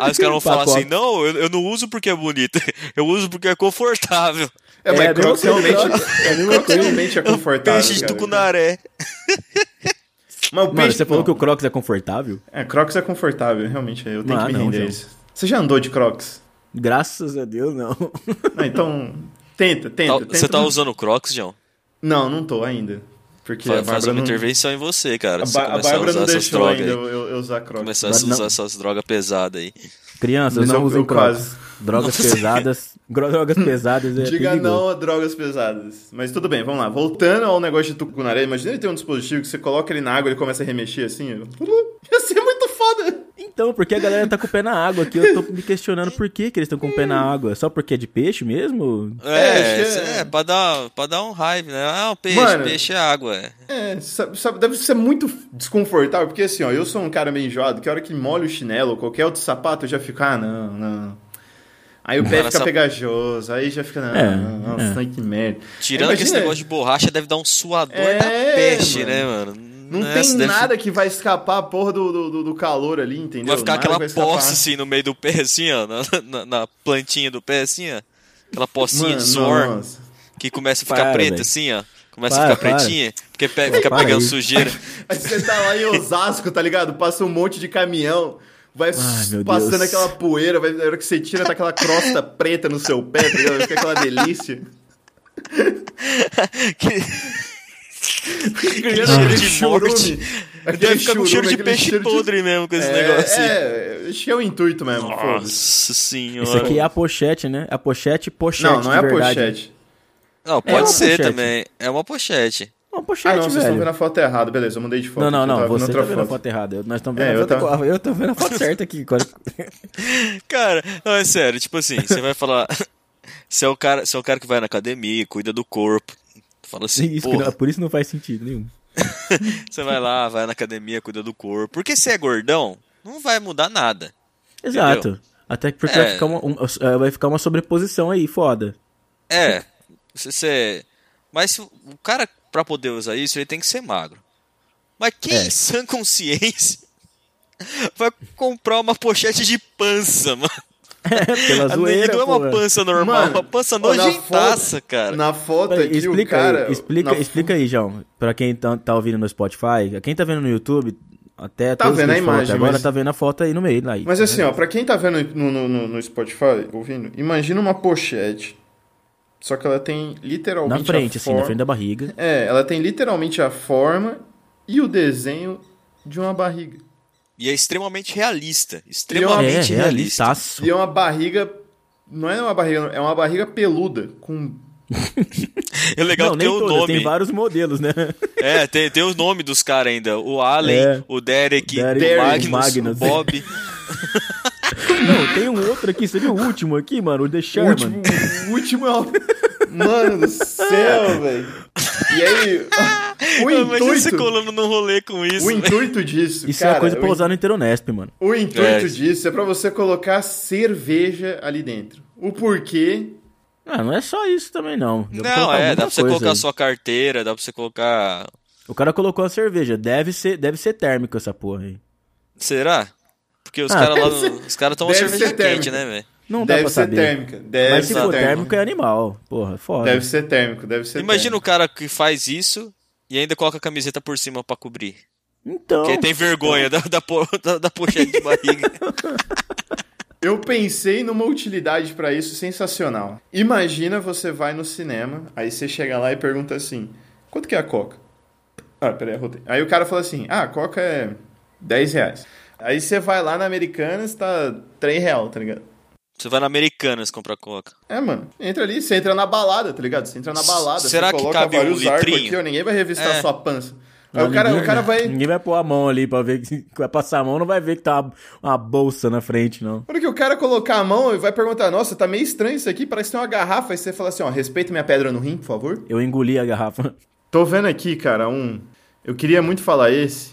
Speaker 4: Aí os caras vão falar
Speaker 3: Pacote.
Speaker 4: assim, não, eu, eu não uso porque é bonito, eu uso porque é confortável.
Speaker 1: É, mas
Speaker 3: É, a mesma
Speaker 1: Crocs
Speaker 3: coisa,
Speaker 1: realmente...
Speaker 3: Crocs. É a mesma
Speaker 1: Crocs
Speaker 3: coisa.
Speaker 1: realmente é confortável,
Speaker 4: Peixe de
Speaker 1: cara.
Speaker 4: tucunaré.
Speaker 1: Mas o peixe...
Speaker 3: Mano, você falou
Speaker 1: não.
Speaker 3: que o Crocs é confortável?
Speaker 1: É, Crocs é confortável, realmente. Eu tenho
Speaker 3: Ah,
Speaker 1: que me
Speaker 3: não,
Speaker 1: render a
Speaker 3: João.
Speaker 1: isso. Você já andou de Crocs?
Speaker 3: Graças a Deus, não.
Speaker 1: Ah, então... Tenta, tenta,
Speaker 4: Tá-
Speaker 1: tenta.
Speaker 4: Você tá usando Crocs, João?
Speaker 1: não, não tô ainda. Porque
Speaker 4: Fa-
Speaker 1: a
Speaker 4: Faz
Speaker 1: é Bárbara
Speaker 4: uma
Speaker 1: não...
Speaker 4: intervenção em você, cara.
Speaker 1: A,
Speaker 4: se
Speaker 1: Ba-
Speaker 4: Você
Speaker 1: a
Speaker 4: começar a
Speaker 1: Bárbara
Speaker 4: usar
Speaker 1: não
Speaker 4: essas
Speaker 1: deixou
Speaker 4: drogas
Speaker 1: ainda
Speaker 4: aí.
Speaker 1: eu, eu- eu usar Crocs.
Speaker 4: Começar a
Speaker 3: Mas não-
Speaker 4: usar essas drogas pesadas aí.
Speaker 3: Crianças,
Speaker 1: Mas
Speaker 3: não
Speaker 1: eu-
Speaker 3: usem
Speaker 1: eu
Speaker 3: Crocs. Drogas
Speaker 4: Não sei.
Speaker 3: pesadas, gro- drogas pesadas é
Speaker 1: Diga
Speaker 3: perigoso.
Speaker 1: não a drogas pesadas. Mas tudo bem, vamos lá. Voltando ao negócio de tucunaré, imagina ele ter um dispositivo que você coloca ele na água e ele começa a remexer assim. ó. Ia ser muito foda.
Speaker 3: Então, porque a galera tá com o pé na água aqui. Eu tô me questionando por que, que eles estão com o pé na água. Só porque é de peixe mesmo?
Speaker 1: É,
Speaker 4: É,
Speaker 1: acho que
Speaker 4: é,
Speaker 1: é-
Speaker 4: pra, dar, pra dar um hype, né? Ah, o peixe,
Speaker 1: Mano.
Speaker 4: peixe é água. é.
Speaker 1: É, sabe, sabe, deve ser muito desconfortável, porque assim, ó, eu sou um cara meio enjoado, que a hora que molha o chinelo ou qualquer outro sapato, eu já fico, ah, não, não. Aí o pé
Speaker 4: Cara,
Speaker 1: fica
Speaker 4: sap-
Speaker 1: pegajoso, aí já fica, não,
Speaker 3: É,
Speaker 1: não, nossa, que merda.
Speaker 4: Tirando
Speaker 1: Imagina-
Speaker 4: aquele negócio de borracha, deve dar um suador
Speaker 1: É,
Speaker 4: da peste,
Speaker 1: mano.
Speaker 4: né, mano?
Speaker 1: Não
Speaker 4: Nossa,
Speaker 1: tem
Speaker 4: deve-
Speaker 1: nada que vai escapar a porra do, do, do- do calor ali, entendeu?
Speaker 4: Vai ficar
Speaker 1: Nada
Speaker 4: aquela
Speaker 1: escapar.
Speaker 4: poça assim no meio do pé, assim, ó. Na, na- na plantinha do pé, assim, ó. Aquela pocinha
Speaker 1: Mano,
Speaker 4: de suor
Speaker 1: nossa.
Speaker 4: que começa a ficar
Speaker 3: Para,
Speaker 4: preta,
Speaker 3: velho.
Speaker 4: assim, ó. Começa
Speaker 3: Para,
Speaker 4: a ficar
Speaker 3: para.
Speaker 4: pretinha, porque pe- fica
Speaker 3: para
Speaker 4: pegando
Speaker 3: aí.
Speaker 4: sujeira.
Speaker 1: Aí você tá lá em Osasco, tá ligado? Passa um monte de caminhão, vai s-
Speaker 3: meu
Speaker 1: passando
Speaker 3: Deus.
Speaker 1: aquela poeira, vai, na hora que você tira, tá aquela crosta preta no seu pé, tá ligado? Fica aquela delícia.
Speaker 4: Que-
Speaker 1: Aquele
Speaker 4: cheiro de
Speaker 1: churume,
Speaker 4: morte.
Speaker 1: Aquele
Speaker 4: Deve ficar com
Speaker 1: churume,
Speaker 4: cheiro de
Speaker 1: aquele
Speaker 4: peixe
Speaker 1: cheiro de-
Speaker 4: podre mesmo com esse
Speaker 1: É,
Speaker 4: negócio. aí.
Speaker 1: É, acho que é o intuito mesmo. foda-se.
Speaker 4: Nossa senhora.
Speaker 3: Isso aqui é a pochete, né? A pochete, pochete.
Speaker 1: Não, não é
Speaker 3: de
Speaker 1: a
Speaker 3: verdade.
Speaker 1: pochete.
Speaker 4: Não,
Speaker 3: É
Speaker 4: pode
Speaker 3: uma
Speaker 4: ser
Speaker 3: pochete.
Speaker 4: também. É uma pochete.
Speaker 3: É Uma
Speaker 1: Ah,
Speaker 3: pochete,
Speaker 1: não, vocês estão vendo
Speaker 3: velho.
Speaker 1: a foto errada. Beleza, eu mudei de foto.
Speaker 3: Não, não,
Speaker 1: eu
Speaker 3: não.
Speaker 1: tava
Speaker 3: Você
Speaker 1: vendo
Speaker 3: tá
Speaker 1: outra
Speaker 3: vendo a
Speaker 1: foto.
Speaker 3: foto errada. eu- Nós estamos
Speaker 1: É,
Speaker 3: vendo,
Speaker 1: eu
Speaker 3: a outra
Speaker 1: tava-
Speaker 3: co- eu tô vendo a foto certa aqui. é quando-
Speaker 4: Cara, não, é sério, tipo assim, você vai falar. Você é, o cara, você é o cara que vai na academia, cuida do corpo. Fala assim,
Speaker 3: Isso que
Speaker 4: porra,
Speaker 3: não- é, por isso não faz sentido nenhum.
Speaker 4: você vai lá, vai na academia, cuida do corpo. Porque se é gordão, não vai mudar nada.
Speaker 3: Exato. Até que porque
Speaker 4: É.
Speaker 3: vai, ficar uma, um- eh, vai ficar uma sobreposição aí, foda.
Speaker 4: É, você- você. Mas se o o cara, pra poder usar isso, ele tem que ser magro. Mas quem
Speaker 3: É.
Speaker 4: em sã consciência vai comprar uma pochete de pança, mano?
Speaker 3: Pela
Speaker 4: A
Speaker 3: Tá zoeira,
Speaker 4: não é uma
Speaker 3: porra.
Speaker 4: pança normal, é
Speaker 1: Mano,
Speaker 4: uma pança
Speaker 1: ó, na
Speaker 4: nojentaça,
Speaker 1: foto-
Speaker 4: cara.
Speaker 1: Na foto
Speaker 3: Peraí,
Speaker 1: aqui,
Speaker 3: explica
Speaker 1: o cara...
Speaker 3: aí, explica,
Speaker 1: na-
Speaker 3: explica aí, João. Pra quem tá, tá ouvindo no Spotify, quem tá vendo no YouTube, até
Speaker 1: Tá
Speaker 3: todos
Speaker 1: vendo
Speaker 3: que
Speaker 1: a
Speaker 3: falam até
Speaker 1: imagem,
Speaker 3: agora
Speaker 1: mas-
Speaker 3: tá vendo a foto aí no meio. Lá, aí.
Speaker 1: Mas assim, ó, pra quem tá vendo no, no- no- no Spotify, ouvindo, imagina uma pochete, só que ela tem literalmente
Speaker 3: na
Speaker 1: a
Speaker 3: frente, assim,
Speaker 1: forma...
Speaker 3: na frente da barriga.
Speaker 1: É, ela tem literalmente a forma e o desenho de uma barriga.
Speaker 4: E é extremamente realista.
Speaker 3: É, Tá
Speaker 4: Extremamente realista.
Speaker 3: realistaço.
Speaker 1: E é uma barriga... Não é uma barriga, é uma barriga peluda, com...
Speaker 4: É legal
Speaker 3: Não,
Speaker 4: ter
Speaker 3: nem
Speaker 4: o
Speaker 3: todas,
Speaker 4: nome.
Speaker 3: tem vários modelos, né?
Speaker 4: É, tem, tem os nomes dos caras ainda. O Allen,
Speaker 3: É.
Speaker 4: o Derek,
Speaker 3: Derek,
Speaker 4: o Magnus,
Speaker 3: o
Speaker 4: o
Speaker 3: Magnus.
Speaker 4: Bob.
Speaker 3: Não, tem um outro aqui, seria o último aqui, mano, o The
Speaker 1: O
Speaker 3: Sherman.
Speaker 1: último, o último é o... Mano do céu, velho. E aí, o
Speaker 4: Imagina você
Speaker 1: Um intuito,
Speaker 4: colando num rolê com isso.
Speaker 1: o
Speaker 4: velho.
Speaker 1: intuito disso,
Speaker 3: Isso é
Speaker 1: cara,
Speaker 3: uma coisa pra
Speaker 1: o
Speaker 3: usar no Interonesp, mano.
Speaker 1: O intuito
Speaker 4: É.
Speaker 1: disso é pra você colocar cerveja ali dentro. O porquê.
Speaker 3: Ah, não é só isso também, não. Dá pra
Speaker 4: Não,
Speaker 3: colocar
Speaker 4: é,
Speaker 3: muita
Speaker 4: dá pra você
Speaker 3: coisa
Speaker 4: colocar
Speaker 3: aí.
Speaker 4: sua carteira, dá pra você colocar.
Speaker 3: O cara colocou a cerveja, deve ser, deve ser térmico essa porra aí.
Speaker 4: Será? Porque os
Speaker 3: Ah,
Speaker 4: caras lá.
Speaker 1: deve ser-
Speaker 4: no- Os caras tomam
Speaker 1: deve
Speaker 4: cerveja
Speaker 1: ser térmico.
Speaker 4: quente, né, velho?
Speaker 3: Não dá
Speaker 1: deve
Speaker 3: pra
Speaker 1: ser
Speaker 3: saber.
Speaker 1: térmica. Deve
Speaker 3: Mas se
Speaker 1: ser
Speaker 3: for
Speaker 1: térmica.
Speaker 3: térmico é animal, porra, foda.
Speaker 1: Deve ser térmico, deve ser
Speaker 4: Imagina o
Speaker 1: térmico.
Speaker 4: cara que faz isso e ainda coloca a camiseta por cima pra cobrir.
Speaker 3: Então,
Speaker 4: Porque ele tem vergonha da, da, po- da- da pochete de barriga.
Speaker 1: Eu pensei numa utilidade pra isso sensacional. Imagina você vai no cinema, aí você chega lá e pergunta assim: quanto que é a Coca? Ah, peraí, arrotei. Aí o cara fala assim: ah, a Coca é 10 reais. Aí você vai lá na Americanas, tá 3 real, tá ligado?
Speaker 4: Você vai na Americanas comprar coca.
Speaker 1: É, mano. Entra ali, você entra na balada, tá ligado? Você entra na balada,
Speaker 4: Será
Speaker 1: você
Speaker 4: que
Speaker 1: coloca
Speaker 4: cabe um
Speaker 1: vários arcos
Speaker 4: litrinho?
Speaker 1: aqui, ó, ninguém vai revistar
Speaker 4: É.
Speaker 1: sua pança. Aí
Speaker 3: Não,
Speaker 1: o cara,
Speaker 3: ninguém-
Speaker 1: o cara vai.
Speaker 3: Ninguém vai pôr a mão ali pra ver. que- Vai passar a mão, não vai ver que tá uma, uma bolsa na frente, não.
Speaker 1: Na hora que o cara colocar a mão e vai perguntar, nossa, tá meio estranho isso aqui, parece que tem uma garrafa. Aí você fala assim, ó, respeita minha pedra no rim, por favor.
Speaker 3: Eu engoli a garrafa.
Speaker 1: Tô vendo aqui, cara, um. Eu queria muito falar esse,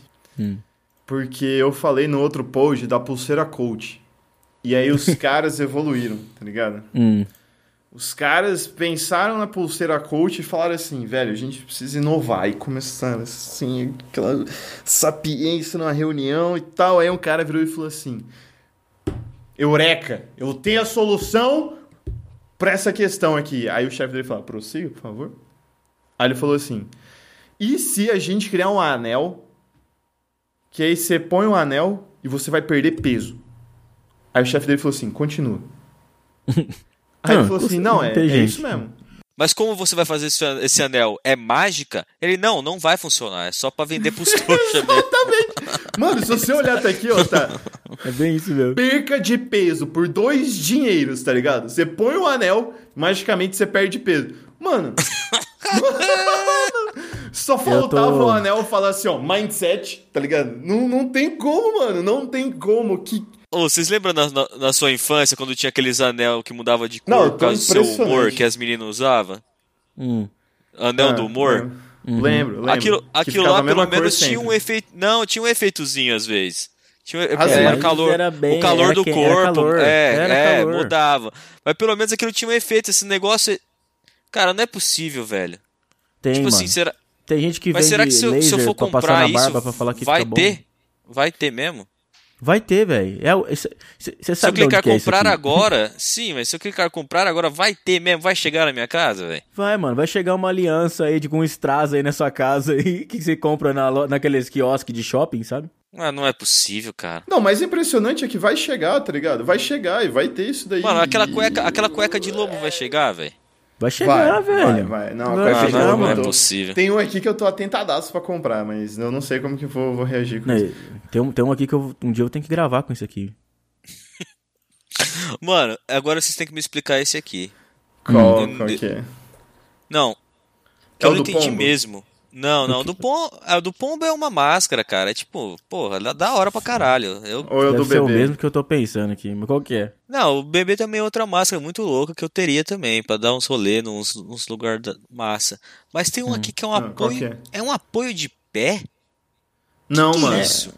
Speaker 1: porque eu falei no outro post da pulseira coach. E aí os caras evoluíram, tá ligado?
Speaker 3: Hum.
Speaker 1: Os caras pensaram na pulseira coach e falaram assim, velho, a gente precisa inovar. E começando assim, aquela sapiência numa reunião e tal. Aí um cara virou e falou assim: Eureka, eu tenho a solução pra essa questão aqui. Aí o chefe dele falou: prossiga, por favor. Aí ele falou assim: e se a gente criar um anel? Que aí você põe um anel e você vai perder peso. Aí o chefe dele falou assim: continua. Aí
Speaker 3: Ah,
Speaker 1: ele falou assim: não, é, é
Speaker 3: inteligente.
Speaker 1: isso mesmo.
Speaker 4: Mas como você vai fazer esse, esse anel? É mágica? Ele, não, não vai funcionar. É só pra vender pros trouxa mesmo.
Speaker 1: Mano, se você olhar até aqui, ó, tá.
Speaker 3: É bem isso mesmo.
Speaker 1: Perca de peso por dois dinheiros, tá ligado? Você põe um anel, magicamente você perde peso. Mano. mano, Só faltava
Speaker 3: Eu tô-
Speaker 1: o anel falar assim, ó, mindset, tá ligado? Não, não tem como, mano. Não tem como que.
Speaker 4: Ô, vocês lembram na, na- na sua infância quando tinha aqueles anel que mudava de cor
Speaker 1: Não, eu
Speaker 4: por
Speaker 1: tô
Speaker 4: causa do seu humor
Speaker 1: impressionante.
Speaker 4: que as meninas usavam?
Speaker 3: Hum.
Speaker 4: Anel do humor?
Speaker 1: É. Lembro, lembro.
Speaker 4: Aquilo,
Speaker 1: Que
Speaker 4: aquilo
Speaker 1: ficava a
Speaker 4: lá,
Speaker 1: mesma
Speaker 4: pelo
Speaker 1: cor
Speaker 4: menos, tinha
Speaker 1: sempre.
Speaker 4: um efeito. Não, tinha um efeitozinho às vezes. Tinha, um- é, porque
Speaker 1: vezes
Speaker 4: era o calor,
Speaker 3: era bem-
Speaker 4: o calor
Speaker 3: era
Speaker 4: do
Speaker 3: que- era
Speaker 4: corpo.
Speaker 3: calor,
Speaker 4: é,
Speaker 3: era
Speaker 4: é,
Speaker 3: calor.
Speaker 4: mudava. Mas pelo menos aquilo tinha um efeito. Esse negócio. é- Cara, não é possível, velho.
Speaker 3: Tem,
Speaker 4: tipo
Speaker 3: mano.
Speaker 4: assim, será.
Speaker 3: Tem gente que
Speaker 4: Mas
Speaker 3: vende
Speaker 4: será que se eu,
Speaker 3: laser
Speaker 4: se eu for
Speaker 3: pra passar
Speaker 4: comprar
Speaker 3: na barba
Speaker 4: isso.
Speaker 3: pra falar que
Speaker 4: vai
Speaker 3: fica bom.
Speaker 4: ter? Vai ter mesmo?
Speaker 3: Vai ter, velho. É, o- esse- cê- cê
Speaker 4: Se eu
Speaker 3: sabe de onde
Speaker 4: clicar
Speaker 3: que é isso
Speaker 4: comprar
Speaker 3: aqui?
Speaker 4: agora, sim, mas se eu clicar comprar agora, vai ter mesmo, vai chegar na minha casa, velho.
Speaker 3: Vai, mano. Vai chegar uma aliança aí de com um Straza aí na sua casa aí que você compra na, lo- naqueles quiosques de shopping, sabe?
Speaker 4: Ah, não é possível, cara.
Speaker 1: Não, mas impressionante é que vai chegar, tá ligado? Vai chegar e vai ter isso daí.
Speaker 4: Mano, aquela
Speaker 1: E-
Speaker 4: cueca, aquela cueca de lobo vai chegar, velho.
Speaker 3: Vai chegar,
Speaker 1: vai,
Speaker 3: velho.
Speaker 1: Vai, vai. Não,
Speaker 3: Vai
Speaker 1: agora
Speaker 4: Ah,
Speaker 1: fechou,
Speaker 3: chegar,
Speaker 4: não, não é
Speaker 1: mano.
Speaker 4: possível.
Speaker 1: Tem um aqui que eu tô atentadaço pra comprar, mas eu não sei como que eu vou, vou reagir com isso.
Speaker 3: Né, Tem um, tem um aqui que eu- um dia eu tenho que gravar com isso aqui.
Speaker 4: Mano, agora vocês têm que me explicar esse aqui.
Speaker 1: Qual,
Speaker 4: Hum.
Speaker 1: qual que é?
Speaker 4: Não.
Speaker 1: É
Speaker 4: Que
Speaker 1: o
Speaker 4: eu não
Speaker 1: do
Speaker 4: entendi
Speaker 1: pombo?
Speaker 4: mesmo. Não, não. Do pombo, a do pombo é uma máscara, cara. É tipo, porra, da- da hora pra caralho. Eu,
Speaker 1: Ou eu
Speaker 3: Deve
Speaker 1: do
Speaker 3: ser é o
Speaker 1: bebê?
Speaker 3: mesmo que eu tô pensando aqui. Mas qual que é?
Speaker 4: não, o bebê também é outra máscara muito louca que eu teria também, pra dar uns rolê nos, nos lugares massa. Mas tem um aqui que é um
Speaker 1: Ah, qual
Speaker 4: apoio.
Speaker 1: que
Speaker 4: é? um apoio de pé?
Speaker 1: Não,
Speaker 4: Que
Speaker 1: mano.
Speaker 4: isso?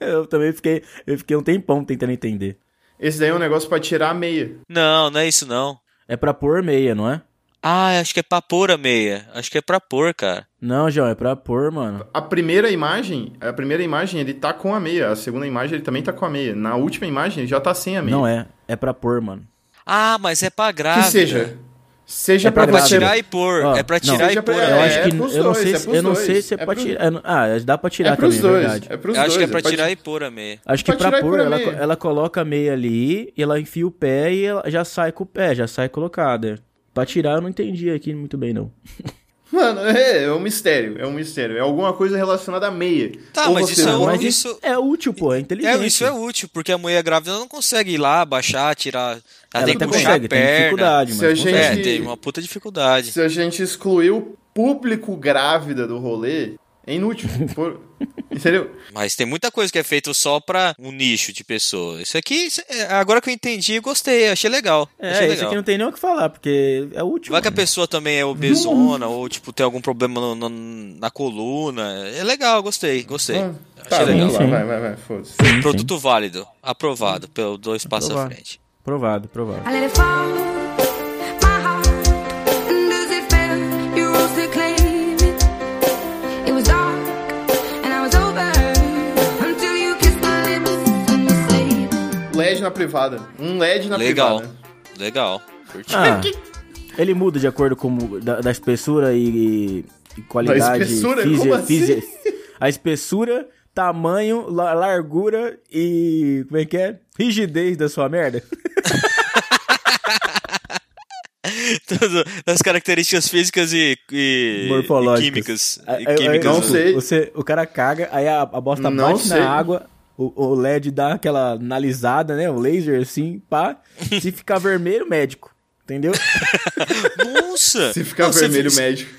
Speaker 3: eu também fiquei, eu fiquei um tempão tentando entender.
Speaker 1: Esse daí é um negócio pra tirar a meia.
Speaker 4: Não, não é isso não.
Speaker 3: É pra pôr meia, não é?
Speaker 4: Ah, acho que é pra pôr a meia. Acho que é pra pôr, cara.
Speaker 3: Não, João, é pra pôr, mano.
Speaker 1: A primeira imagem, a primeira imagem ele tá com a meia. A segunda imagem ele também tá com a meia. Na última imagem ele já tá sem a meia.
Speaker 3: Não é. É pra pôr, mano.
Speaker 4: Ah, mas é pra
Speaker 1: Que
Speaker 4: grávida.
Speaker 1: seja. Seja
Speaker 3: É
Speaker 1: pra,
Speaker 4: É pra
Speaker 3: grávida.
Speaker 1: você.
Speaker 4: tirar e pôr.
Speaker 3: Ó,
Speaker 4: é pra
Speaker 3: não.
Speaker 4: tirar
Speaker 1: Seja
Speaker 4: e pôr.
Speaker 1: pra-
Speaker 4: a
Speaker 3: eu
Speaker 4: meia.
Speaker 3: acho
Speaker 1: é
Speaker 3: que
Speaker 1: pros
Speaker 3: eu não
Speaker 1: dois,
Speaker 3: sei,
Speaker 1: é
Speaker 3: se-
Speaker 1: pros
Speaker 3: eu não
Speaker 1: dois,
Speaker 3: sei se é,
Speaker 1: é
Speaker 3: pra
Speaker 1: pros-
Speaker 3: tirar. é, não- Ah, dá pra tirar
Speaker 1: É pros
Speaker 3: também, é
Speaker 1: dois.
Speaker 3: verdade.
Speaker 1: É pros
Speaker 4: Eu acho
Speaker 1: dois.
Speaker 4: que é pra
Speaker 1: ti-
Speaker 4: tirar e pôr a meia.
Speaker 3: Acho que
Speaker 1: pra
Speaker 3: pra
Speaker 1: tirar e
Speaker 3: pôr,
Speaker 1: pôr a
Speaker 3: ela,
Speaker 1: meia.
Speaker 3: co- ela coloca a meia ali, e ela enfia o pé e ela já sai com o pé, já sai colocada. Pra tirar, eu não entendi aqui muito bem, não.
Speaker 1: Mano, é, é um mistério. É um mistério. É alguma coisa relacionada à meia.
Speaker 4: Tá,
Speaker 1: Ou
Speaker 4: mas
Speaker 1: você
Speaker 4: isso é
Speaker 1: não-
Speaker 4: um-
Speaker 3: Mas
Speaker 4: isso-
Speaker 3: isso é útil, pô, é inteligente.
Speaker 4: É, isso é útil, porque a mulher grávida não consegue ir lá, baixar, tirar.
Speaker 1: É,
Speaker 4: Ela,
Speaker 3: Ela
Speaker 4: tem que
Speaker 3: até
Speaker 4: puxar
Speaker 3: consegue,
Speaker 4: a
Speaker 3: tem
Speaker 4: perna.
Speaker 3: dificuldade,
Speaker 1: Se
Speaker 3: mas
Speaker 1: a
Speaker 3: consegue.
Speaker 1: gente-
Speaker 4: É, tem uma puta dificuldade.
Speaker 1: Se a gente excluir o público grávida do rolê, é inútil. Por... Entendeu?
Speaker 4: Mas tem muita coisa que é feita só pra um nicho de pessoa. Isso aqui, isso é- agora que eu entendi, gostei, achei legal.
Speaker 3: É,
Speaker 4: achei
Speaker 3: isso
Speaker 4: legal.
Speaker 3: aqui não tem nem o que falar, porque é útil.
Speaker 4: Vai que a
Speaker 3: mano.
Speaker 4: pessoa também é obesona, ou tipo, tem algum problema no- no- na coluna. É legal, gostei, gostei.
Speaker 1: Ah,
Speaker 4: achei
Speaker 1: tá,
Speaker 4: legal.
Speaker 1: vamos lá.
Speaker 3: Sim, sim.
Speaker 1: Vai, vai, vai. Foda-se.
Speaker 3: Sim, sim.
Speaker 4: Produto válido, aprovado pelo dois passos à
Speaker 3: Aprovado.
Speaker 4: frente.
Speaker 3: Provado, provado.
Speaker 2: I let it fall, my heart. And as it fell, you rose to claim it. It was dark, and I was over until you kissed my lips and you said,
Speaker 1: LED na privada. Um LED na
Speaker 4: Legal,
Speaker 1: privada.
Speaker 4: legal. Curti.
Speaker 3: Ah, ele muda de acordo com o- da, da espessura e, e qualidade.
Speaker 1: Da espessura?
Speaker 3: fisi-
Speaker 1: Como assim?
Speaker 3: fisi- A espessura, tamanho, la- largura e. Como é que é? Rigidez da sua merda.
Speaker 4: Tudo, das características físicas e, e, e químicas.
Speaker 3: Morfológicas. É,
Speaker 4: e
Speaker 3: Aí- aí-
Speaker 4: químicas,
Speaker 1: Ah, não
Speaker 4: né?
Speaker 1: sei.
Speaker 3: Você, o cara caga, aí a, a bosta
Speaker 1: Não
Speaker 3: bate
Speaker 1: sei.
Speaker 3: na água, o, o LED dá aquela analisada, né? O laser assim, pá. Se ficar vermelho, médico. Entendeu?
Speaker 4: Nossa!
Speaker 1: Se ficar
Speaker 4: Não, você
Speaker 1: vermelho,
Speaker 4: viu,
Speaker 1: médico.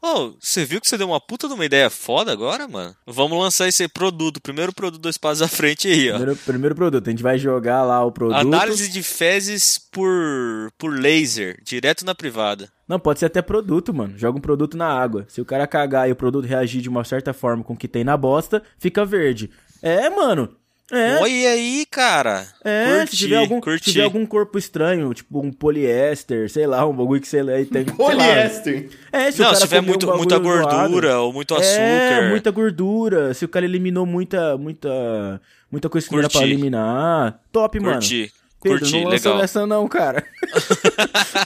Speaker 4: Ô, você viu que você deu uma puta de uma ideia foda agora, mano? Vamos lançar esse produto, primeiro produto dois passos à frente aí, ó.
Speaker 3: Primeiro, primeiro produto, a gente vai jogar lá o produto.
Speaker 4: Análise de fezes por, por laser, direto na privada.
Speaker 3: Não, pode ser até produto, mano. Joga um produto na água. Se o cara cagar e o produto reagir de uma certa forma com o que tem na bosta, fica verde. É, mano. É,
Speaker 4: Olha aí, cara.
Speaker 3: é.
Speaker 4: curti,
Speaker 3: se, tiver algum, se
Speaker 4: curti.
Speaker 3: tiver algum corpo estranho, tipo um poliéster, sei lá, um bagulho que você lê. Tem, sei lá.
Speaker 1: Poliéster.
Speaker 3: É, se o
Speaker 4: Não,
Speaker 3: cara
Speaker 4: se tiver
Speaker 3: comer um
Speaker 4: muito,
Speaker 3: bagulho
Speaker 4: muita
Speaker 3: zoado.
Speaker 4: gordura ou muito açúcar.
Speaker 3: É, muita gordura. Se o cara eliminou muita, muita, muita coisa que não era pra
Speaker 4: Curti.
Speaker 3: eliminar. Top, mano.
Speaker 4: curti,
Speaker 3: Pedro,
Speaker 4: curti,
Speaker 3: não lança
Speaker 4: legal.
Speaker 3: nessa não, cara.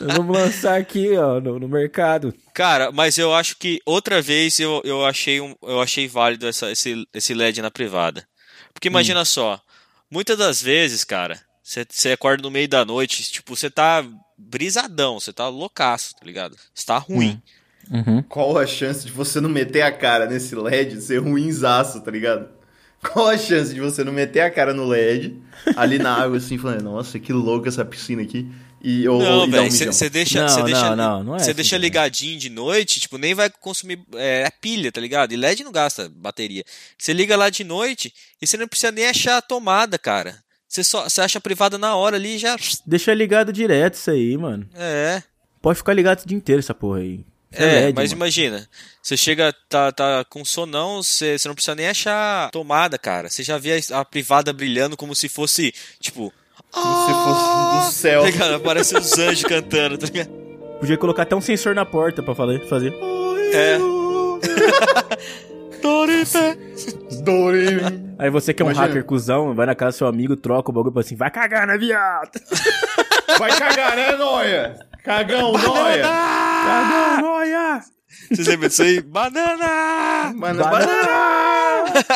Speaker 3: Nós vamos lançar aqui, ó, no, no mercado.
Speaker 4: Cara, mas eu acho que outra vez eu, eu, achei, um, eu achei válido essa, esse, esse LED na privada. Porque
Speaker 3: Hum.
Speaker 4: imagina só, muitas das vezes, cara, você acorda no meio da noite, tipo, você tá brisadão, você tá loucaço, tá ligado? Você tá
Speaker 3: Hum.
Speaker 4: ruim.
Speaker 1: Qual a chance de você não meter a cara nesse LED e ser ruinzaço, tá ligado? Qual a chance de você não meter a cara no LED, ali na água, assim, falando, nossa, que louca essa piscina aqui. e ou, ou-
Speaker 4: Não,
Speaker 1: e dar um
Speaker 4: velho,
Speaker 1: mijão.
Speaker 4: você deixa,
Speaker 3: Não,
Speaker 4: cê deixa,
Speaker 3: não, não, não é
Speaker 4: cê
Speaker 3: assim,
Speaker 4: deixa
Speaker 3: velho.
Speaker 4: ligadinho de noite, tipo, nem vai consumir é, a pilha, tá ligado? E LED não gasta bateria. Você liga lá de noite e você não precisa nem achar a tomada, cara. Você só você acha a privada na hora ali e já.
Speaker 3: Deixa ligado direto isso aí, mano.
Speaker 4: É.
Speaker 3: Pode ficar ligado o dia inteiro essa porra aí. Isso
Speaker 4: É,
Speaker 3: LED,
Speaker 4: mas
Speaker 3: mano.
Speaker 4: imagina, você chega, tá, tá com sonão, você você não precisa nem achar a tomada, cara. Você já vê a, a privada brilhando como se fosse, tipo.
Speaker 1: Como se fosse do céu.
Speaker 4: Né, cara? Parece uns anjos cantando, tá ligado?
Speaker 3: Podia colocar até um sensor na porta pra falar- fazer.
Speaker 4: É. Dorita.
Speaker 1: Doremi.
Speaker 3: Aí você que é um
Speaker 1: Imagina.
Speaker 3: hacker cuzão, vai na casa do seu amigo, troca o bagulho pra assim, vai cagar na viado!
Speaker 1: Vai cagar, né, Noia? Cagão, Noia!
Speaker 3: Cagão, noia!
Speaker 4: Vocês lembram disso aí? Banana!
Speaker 1: Mano,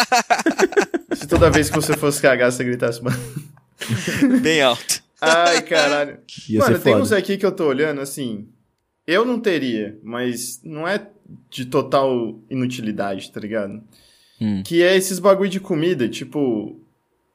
Speaker 1: Se toda vez que você fosse cagar, você gritasse, mano.
Speaker 4: Bem alto.
Speaker 1: Ai, caralho.
Speaker 3: Ia
Speaker 1: Mano,
Speaker 3: ser
Speaker 1: tem um
Speaker 3: foda.
Speaker 1: uns aqui que eu tô olhando, assim. Eu não teria, mas não é de total inutilidade, tá ligado?
Speaker 3: Hum.
Speaker 1: Que é esses bagulho de comida, tipo,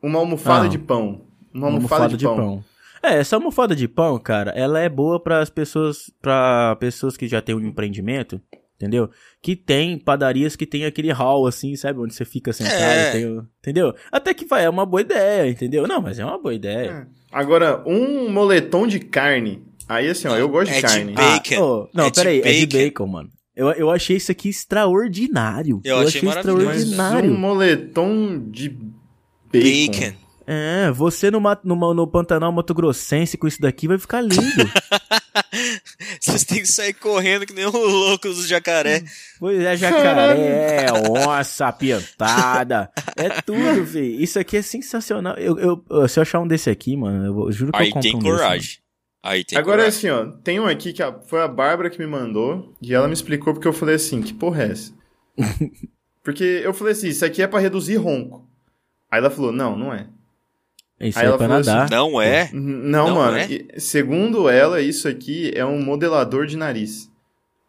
Speaker 1: uma almofada
Speaker 3: Ah.
Speaker 1: de pão. Uma
Speaker 3: Uma
Speaker 1: almofada, de, pão.
Speaker 3: É, essa almofada de pão, cara, ela é boa para as pessoas, para pessoas que já têm um empreendimento, entendeu? Que tem padarias que tem aquele hall assim, sabe, onde você fica sentado,
Speaker 4: É.
Speaker 3: tem o- entendeu? Até que vai, é uma boa ideia, entendeu? Não, mas é uma boa ideia.
Speaker 1: Agora, um moletom de carne. Aí, assim, ó, eu gosto de
Speaker 4: É de
Speaker 1: carne.
Speaker 4: bacon.
Speaker 3: Ah, ô, não,
Speaker 4: É de
Speaker 3: peraí, é de
Speaker 4: bacon.
Speaker 3: bacon, mano. Eu, eu achei isso aqui extraordinário.
Speaker 4: Eu achei maravilhoso.
Speaker 1: Mas
Speaker 3: extraordinário.
Speaker 1: um moletom de bacon.
Speaker 4: Bacon.
Speaker 3: É, você no, ma- numa- no Pantanal Mato Grossense com isso daqui vai ficar lindo.
Speaker 4: Vocês têm que sair correndo que nem um louco dos jacaré.
Speaker 3: Pois é, jacaré, onça, piantada. É tudo, vi. Isso aqui é sensacional. Eu, eu- eu- se eu achar um desse aqui, mano, eu, vou- eu juro que eu
Speaker 4: Aí
Speaker 3: compro
Speaker 4: tem
Speaker 3: um desse,
Speaker 4: coragem. Aí tem
Speaker 1: Agora, assim,
Speaker 4: coragem.
Speaker 1: ó, tem um aqui que a- foi a Bárbara que me mandou e ela me explicou porque eu falei assim, que porra é essa? porque eu falei assim, isso aqui é pra reduzir ronco. Aí ela falou, não, não é.
Speaker 3: mano. Isso
Speaker 1: Aí
Speaker 3: aí é
Speaker 1: ela
Speaker 3: pra
Speaker 1: falou assim,
Speaker 3: nadar.
Speaker 4: Não é?
Speaker 1: N- Não,
Speaker 4: Não
Speaker 1: mano.
Speaker 4: é?
Speaker 1: e- Segundo ela, isso aqui é um modelador de nariz.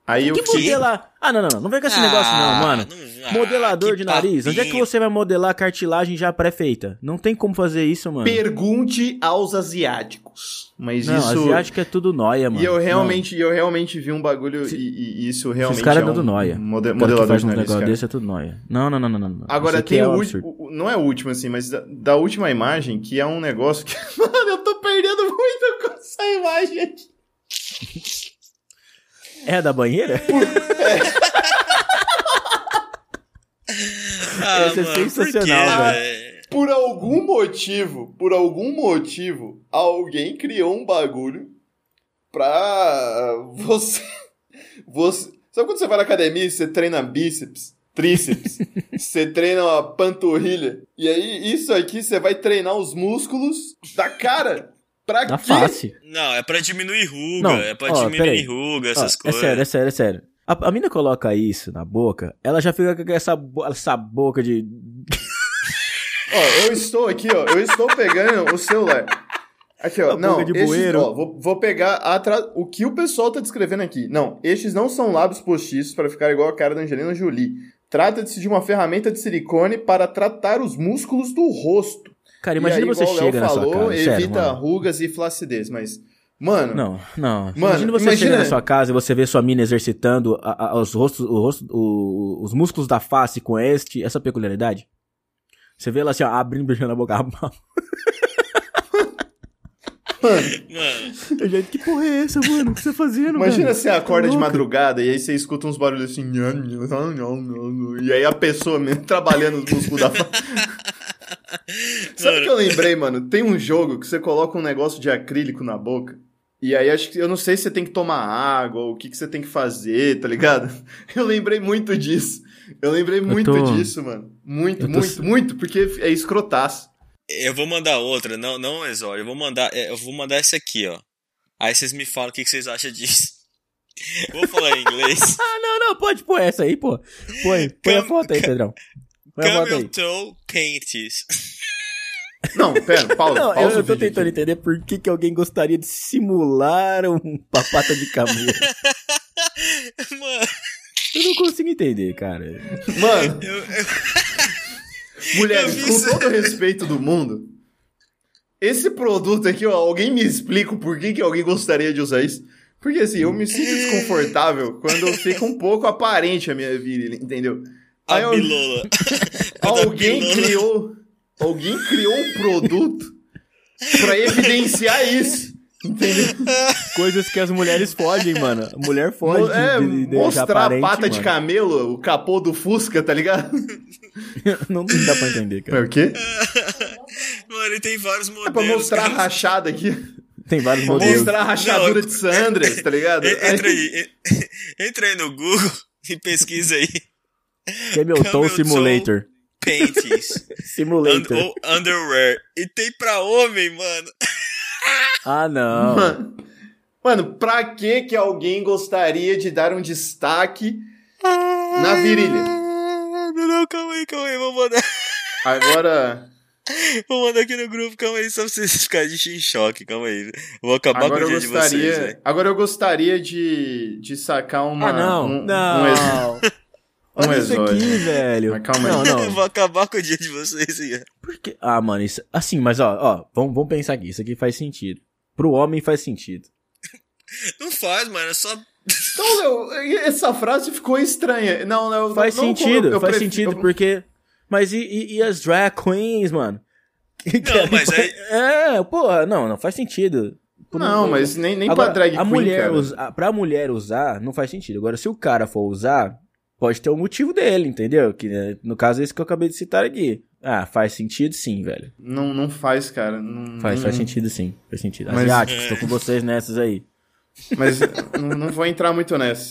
Speaker 1: Aí eu
Speaker 3: que
Speaker 1: fiquei-
Speaker 3: modelar? Ah, não, não, não. Não vem com esse negócio, não,
Speaker 4: Ah,
Speaker 3: mano.
Speaker 4: ah,
Speaker 3: Modelador
Speaker 4: que
Speaker 3: de nariz. Onde é que
Speaker 4: papinho.
Speaker 3: você vai modelar cartilagem já pré-feita? Não tem como fazer isso, mano.
Speaker 1: Pergunte aos asiáticos. Mas
Speaker 3: Não,
Speaker 1: isso.
Speaker 3: asiático é tudo nóia, mano.
Speaker 1: E eu
Speaker 3: Não.
Speaker 1: realmente, e eu realmente vi um bagulho e, e isso realmente.
Speaker 3: caras
Speaker 1: é
Speaker 3: dando
Speaker 1: um
Speaker 3: nóia.
Speaker 1: mode-
Speaker 3: O cara que
Speaker 1: modelador
Speaker 3: faz
Speaker 1: de
Speaker 3: um
Speaker 1: nariz.
Speaker 3: negócio
Speaker 1: cara.
Speaker 3: desse é tudo nóia. Não, não, não, não, não, não. Isso
Speaker 1: Agora
Speaker 3: aqui
Speaker 1: tem
Speaker 3: é
Speaker 1: o,
Speaker 3: um
Speaker 1: ulti-
Speaker 3: absurdo.
Speaker 1: o- o- Não é o último, assim, mas da, da última imagem, que é um negócio que. Mano, eu tô perdendo muito com essa imagem aqui.
Speaker 3: É da banheira?
Speaker 4: Ah,
Speaker 3: Esse é
Speaker 4: mano, por quê, Ah, é.
Speaker 3: sensacional,
Speaker 4: velho?
Speaker 1: Por algum motivo, por algum motivo, alguém criou um bagulho pra você. Você. Sabe quando você vai na academia e você treina bíceps, tríceps, você treina a panturrilha? E aí, isso aqui você vai treinar os músculos da cara. Pra
Speaker 3: Na
Speaker 1: quê?
Speaker 3: face.
Speaker 4: Não, é pra diminuir ruga.
Speaker 3: Não,
Speaker 4: é pra
Speaker 3: ó,
Speaker 4: diminuir
Speaker 3: peraí.
Speaker 4: ruga,
Speaker 3: Ó,
Speaker 4: essas coisas.
Speaker 3: É sério, é sério, é sério. A, a mina coloca isso na boca, ela já fica com essa, bo- essa boca de.
Speaker 1: Ó, eu estou aqui, ó. Eu estou pegando o celular. Aqui, ó.
Speaker 3: A
Speaker 1: não,
Speaker 3: boca de
Speaker 1: estes,
Speaker 3: bueiro.
Speaker 1: ó, vou, vou pegar atra- o que o pessoal tá descrevendo aqui. Não, estes não são lábios postiços para ficar igual a cara da Angelina Jolie. Trata-se de uma ferramenta de silicone para tratar os músculos do rosto.
Speaker 3: Cara, imagina
Speaker 1: e aí,
Speaker 3: você
Speaker 1: igual o
Speaker 3: chega
Speaker 1: Léo
Speaker 3: na
Speaker 1: falou,
Speaker 3: sua casa.
Speaker 1: evita
Speaker 3: sério, mano.
Speaker 1: rugas e flacidez, mas mano,
Speaker 3: Não, não. imagina
Speaker 1: Mano,
Speaker 3: você
Speaker 1: imagina-
Speaker 3: chega na sua casa e você vê sua mina exercitando a- a- os, rostos, o rosto, o- os músculos da face com este, essa peculiaridade. Você vê ela assim, ó, abrindo, beijando a boca.
Speaker 4: Mano,
Speaker 3: Gente, que porra é essa, mano? O que você tá fazendo,
Speaker 1: Imagina você acorda de
Speaker 3: louco.
Speaker 1: madrugada e aí você escuta uns barulhos assim, nham, nham, nham, nham, nham, e aí a pessoa mesmo trabalhando os músculos da face. Sabe o que eu lembrei, mano? Tem um jogo que você coloca um negócio de acrílico na boca. E aí acho que eu não sei se você tem que tomar água ou o que, que você tem que fazer, tá ligado? Eu lembrei muito disso. Eu lembrei muito
Speaker 3: tô-
Speaker 1: disso, mano. Muito,
Speaker 3: eu tô
Speaker 1: muito,
Speaker 3: se-
Speaker 1: muito, porque é escrotaço.
Speaker 4: eu vou mandar outra. Não, não, Exório. Eu vou mandar, é, eu vou mandar essa aqui, ó. Aí vocês me falam o que que vocês acham disso. Vou falar em inglês.
Speaker 3: Ah, não, não, pode pôr essa aí, pô. Põe, põe a
Speaker 4: Cam-
Speaker 3: foto aí, Pedrão. Põe a foto
Speaker 4: Camel
Speaker 3: aí.
Speaker 4: toe painties.
Speaker 1: Não, pera, pausa,
Speaker 3: Não, eu,
Speaker 1: pausa
Speaker 3: eu
Speaker 1: o
Speaker 3: tô
Speaker 1: vídeo
Speaker 3: tentando
Speaker 1: aqui.
Speaker 3: entender por que, que alguém gostaria de simular um papata de camelo.
Speaker 4: Mano,
Speaker 3: eu não consigo entender, cara.
Speaker 1: Mano,
Speaker 4: eu, eu-
Speaker 1: mulheres,
Speaker 4: vi
Speaker 1: com
Speaker 4: isso.
Speaker 1: todo o respeito do mundo, Esse produto aqui, ó, alguém me explica por que, que alguém gostaria de usar isso? Porque assim, eu me sinto desconfortável quando fica um pouco aparente a minha virilha, entendeu?
Speaker 4: A
Speaker 1: Aí eu-
Speaker 4: bilola. Quando a
Speaker 1: alguém
Speaker 4: bilola-
Speaker 1: criou, alguém criou um produto pra evidenciar isso, entendeu?
Speaker 3: Coisas que as mulheres fogem, mano. A mulher foge
Speaker 1: Mo- é,
Speaker 3: de, de, de
Speaker 1: mostrar
Speaker 3: deixar aparente,
Speaker 1: a pata de
Speaker 3: mano.
Speaker 1: camelo, o capô do Fusca, tá ligado?
Speaker 3: Não dá pra entender, cara.
Speaker 4: É.
Speaker 1: o quê?
Speaker 4: Mano, e tem vários modelos.
Speaker 1: É pra mostrar a
Speaker 4: cara.
Speaker 1: rachada aqui.
Speaker 3: Tem vários modelos.
Speaker 1: Mostrar a rachadura
Speaker 4: Não,
Speaker 1: de Sandras, tá ligado?
Speaker 4: E- Entra
Speaker 1: Aí-
Speaker 4: aí, en- entra aí no Google e pesquisa aí.
Speaker 3: Camelton
Speaker 4: Camel
Speaker 3: Simulator.
Speaker 4: Paintings. und-
Speaker 3: Simulator.
Speaker 4: ou underwear. E tem pra homem, mano.
Speaker 3: Ah, não.
Speaker 1: oh. Mano, mano, pra que que alguém gostaria de dar um destaque na virilha?
Speaker 4: Ah, Não, não, calma aí, calma aí. Vou mandar,
Speaker 1: Agora,
Speaker 4: vou mandar aqui no grupo, calma aí, só pra vocês ficarem de em choque, calma aí. Vou acabar
Speaker 1: agora
Speaker 4: com o
Speaker 1: eu
Speaker 4: dia de vocês,
Speaker 1: gostaria,
Speaker 4: velho.
Speaker 1: agora eu gostaria de, de sacar uma
Speaker 3: ah, não.
Speaker 1: um,
Speaker 3: não.
Speaker 1: um ex- um
Speaker 3: Olha isso
Speaker 1: exódio.
Speaker 3: aqui, velho.
Speaker 1: Mas calma aí.
Speaker 3: Não, não.
Speaker 4: Vou acabar com o dia de vocês aí.
Speaker 3: Porque- Ah, mano, isso... assim, mas ó, ó, vamos, vamos pensar aqui. Isso aqui faz sentido. Pro homem faz sentido.
Speaker 4: Não faz, mano, é só.
Speaker 1: Então, Léo, essa frase ficou estranha. Não, Léo,
Speaker 3: Faz
Speaker 1: não- não-
Speaker 3: sentido,
Speaker 1: eu
Speaker 3: faz
Speaker 1: prefiro-
Speaker 3: sentido,
Speaker 1: eu-
Speaker 3: porque. Mas e, e- e as drag queens, mano? Que querem-
Speaker 4: mas aí-
Speaker 3: É, porra, não, não faz sentido.
Speaker 1: Não, mas nem, nem
Speaker 3: Agora,
Speaker 1: pra drag
Speaker 3: a
Speaker 1: queen,
Speaker 3: mulher
Speaker 1: cara.
Speaker 3: usa- a- pra mulher usar, não faz sentido. Agora, se o cara for usar, pode ter um motivo dele, entendeu? Que né, no caso é esse que eu acabei de citar aqui. Ah, faz sentido sim, velho.
Speaker 1: Não, não faz, cara. Não,
Speaker 3: Faz,
Speaker 1: não-
Speaker 3: faz sentido sim. Faz sentido.
Speaker 1: Uhum. Mas-
Speaker 3: Asiáticos, tô com vocês nessas aí.
Speaker 1: Mas não, não vou entrar muito nessa.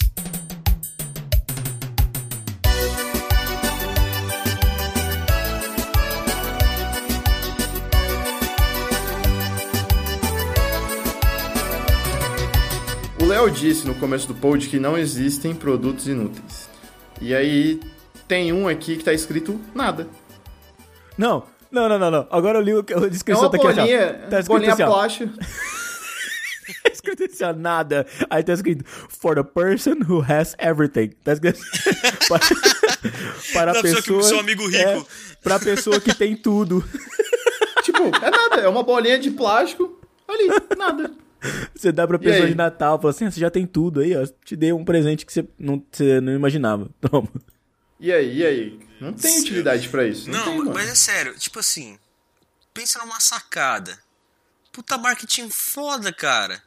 Speaker 1: O Léo disse no começo do pod que não existem produtos inúteis. E aí tem um aqui que tá escrito nada.
Speaker 3: Não, não, não, não, não. Agora eu li o que- a descrição tá aqui. ó. tá escrito
Speaker 1: É bolinha
Speaker 3: assim, ó.
Speaker 1: plástica.
Speaker 3: Tá escrito assim, ó, nada. Aí tá escrito, for the person who has everything. Tá escrito para, para
Speaker 4: Pra
Speaker 3: a
Speaker 4: pessoa que-
Speaker 3: pessoa...
Speaker 4: seu amigo rico.
Speaker 3: É, pra pessoa que tem tudo.
Speaker 1: tipo, é nada, é uma bolinha de plástico. Ali, nada.
Speaker 3: Você dá pra pessoa
Speaker 1: aí?
Speaker 3: de Natal, fala assim, ah, você já tem tudo aí, ó. Te dei um presente que você não, você não imaginava. Toma.
Speaker 1: E aí, e aí? Não tem utilidade pra isso. Não,
Speaker 4: Não,
Speaker 1: tem, mano.
Speaker 4: mas é sério, tipo assim, pensa numa sacada. Puta marketing foda, cara.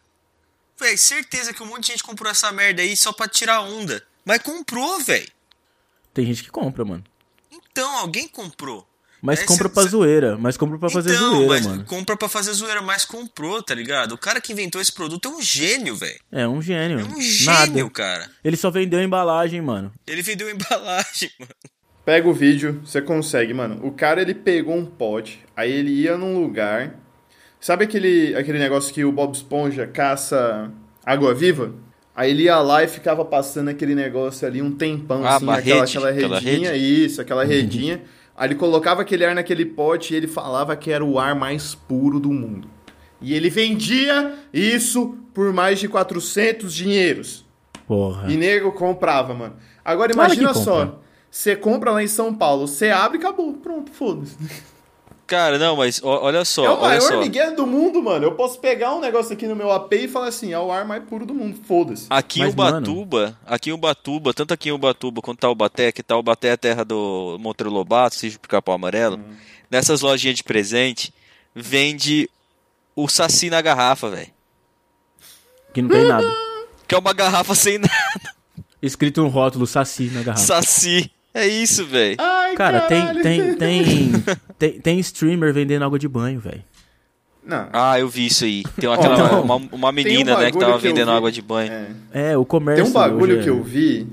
Speaker 4: Véi, certeza que um monte de gente comprou essa merda aí só pra tirar onda. Mas comprou, véi.
Speaker 3: Tem gente que compra, mano.
Speaker 4: Então, alguém comprou.
Speaker 3: Mas
Speaker 4: Aí
Speaker 3: compra
Speaker 4: É, cê-
Speaker 3: pra
Speaker 4: cê-
Speaker 3: zoeira. Mas compra pra fazer
Speaker 4: então,
Speaker 3: zoeira,
Speaker 4: mas
Speaker 3: mano.
Speaker 4: compra pra fazer zoeira, mas comprou, tá ligado? O cara que inventou esse produto é um gênio, véi.
Speaker 3: É um gênio.
Speaker 4: É um gênio,
Speaker 3: Nada.
Speaker 4: cara.
Speaker 3: Ele só vendeu a embalagem, mano.
Speaker 4: Ele vendeu embalagem, mano.
Speaker 1: Pega o vídeo, você consegue, mano. O cara, ele pegou um pote, aí ele ia num lugar... Sabe aquele, aquele negócio que o Bob Esponja caça água-viva? Aí ele ia lá e ficava passando aquele negócio ali um tempão,
Speaker 4: Ah,
Speaker 1: assim,
Speaker 4: uma
Speaker 1: aquela,
Speaker 4: rede,
Speaker 1: aquela
Speaker 4: aquela
Speaker 1: redinha, isso, aquela redinha. aí ele colocava aquele ar naquele pote e ele falava que era o ar mais puro do mundo. E ele vendia isso por mais de 400 dinheiros.
Speaker 3: Porra.
Speaker 1: E nego comprava, mano. Agora
Speaker 3: Ah. Claro
Speaker 1: imagina
Speaker 3: que compra.
Speaker 1: só. Você compra lá em São Paulo, você abre e acabou. Pronto, foda-se.
Speaker 4: Cara, não, mas ó, olha só,
Speaker 1: É o
Speaker 4: olha
Speaker 1: maior
Speaker 4: só.
Speaker 1: migué do mundo, mano. Eu posso pegar um negócio aqui no meu AP e falar assim, é o ar mais puro do mundo, foda-se.
Speaker 4: Aqui em
Speaker 3: Mas,
Speaker 4: Ubatuba, aqui em Ubatuba, tanto aqui em Ubatuba quanto Taubaté, que Taubaté é a terra do Monteiro Lobato, Sítio Picapau Amarelo,
Speaker 1: Uhum.
Speaker 4: nessas lojinhas de presente, vende o saci na garrafa, velho.
Speaker 3: Que não tem nada.
Speaker 4: Que é uma garrafa sem nada,
Speaker 3: Escrito um rótulo saci na garrafa.
Speaker 4: saci. É isso, velho.
Speaker 1: Ai,
Speaker 3: Cara, tem,
Speaker 1: caralho.
Speaker 3: tem, tem, tem, tem streamer vendendo água de banho, velho.
Speaker 1: Não.
Speaker 4: Ah, eu vi isso aí. Tem aquela,
Speaker 1: Então,
Speaker 3: não.
Speaker 4: uma, uma menina, né, que
Speaker 1: um bagulho
Speaker 4: tava
Speaker 1: que eu
Speaker 4: vendendo
Speaker 1: vi.
Speaker 4: água de banho.
Speaker 1: É.
Speaker 3: É, o comércio.
Speaker 1: Tem um bagulho
Speaker 3: hoje é-
Speaker 1: que eu vi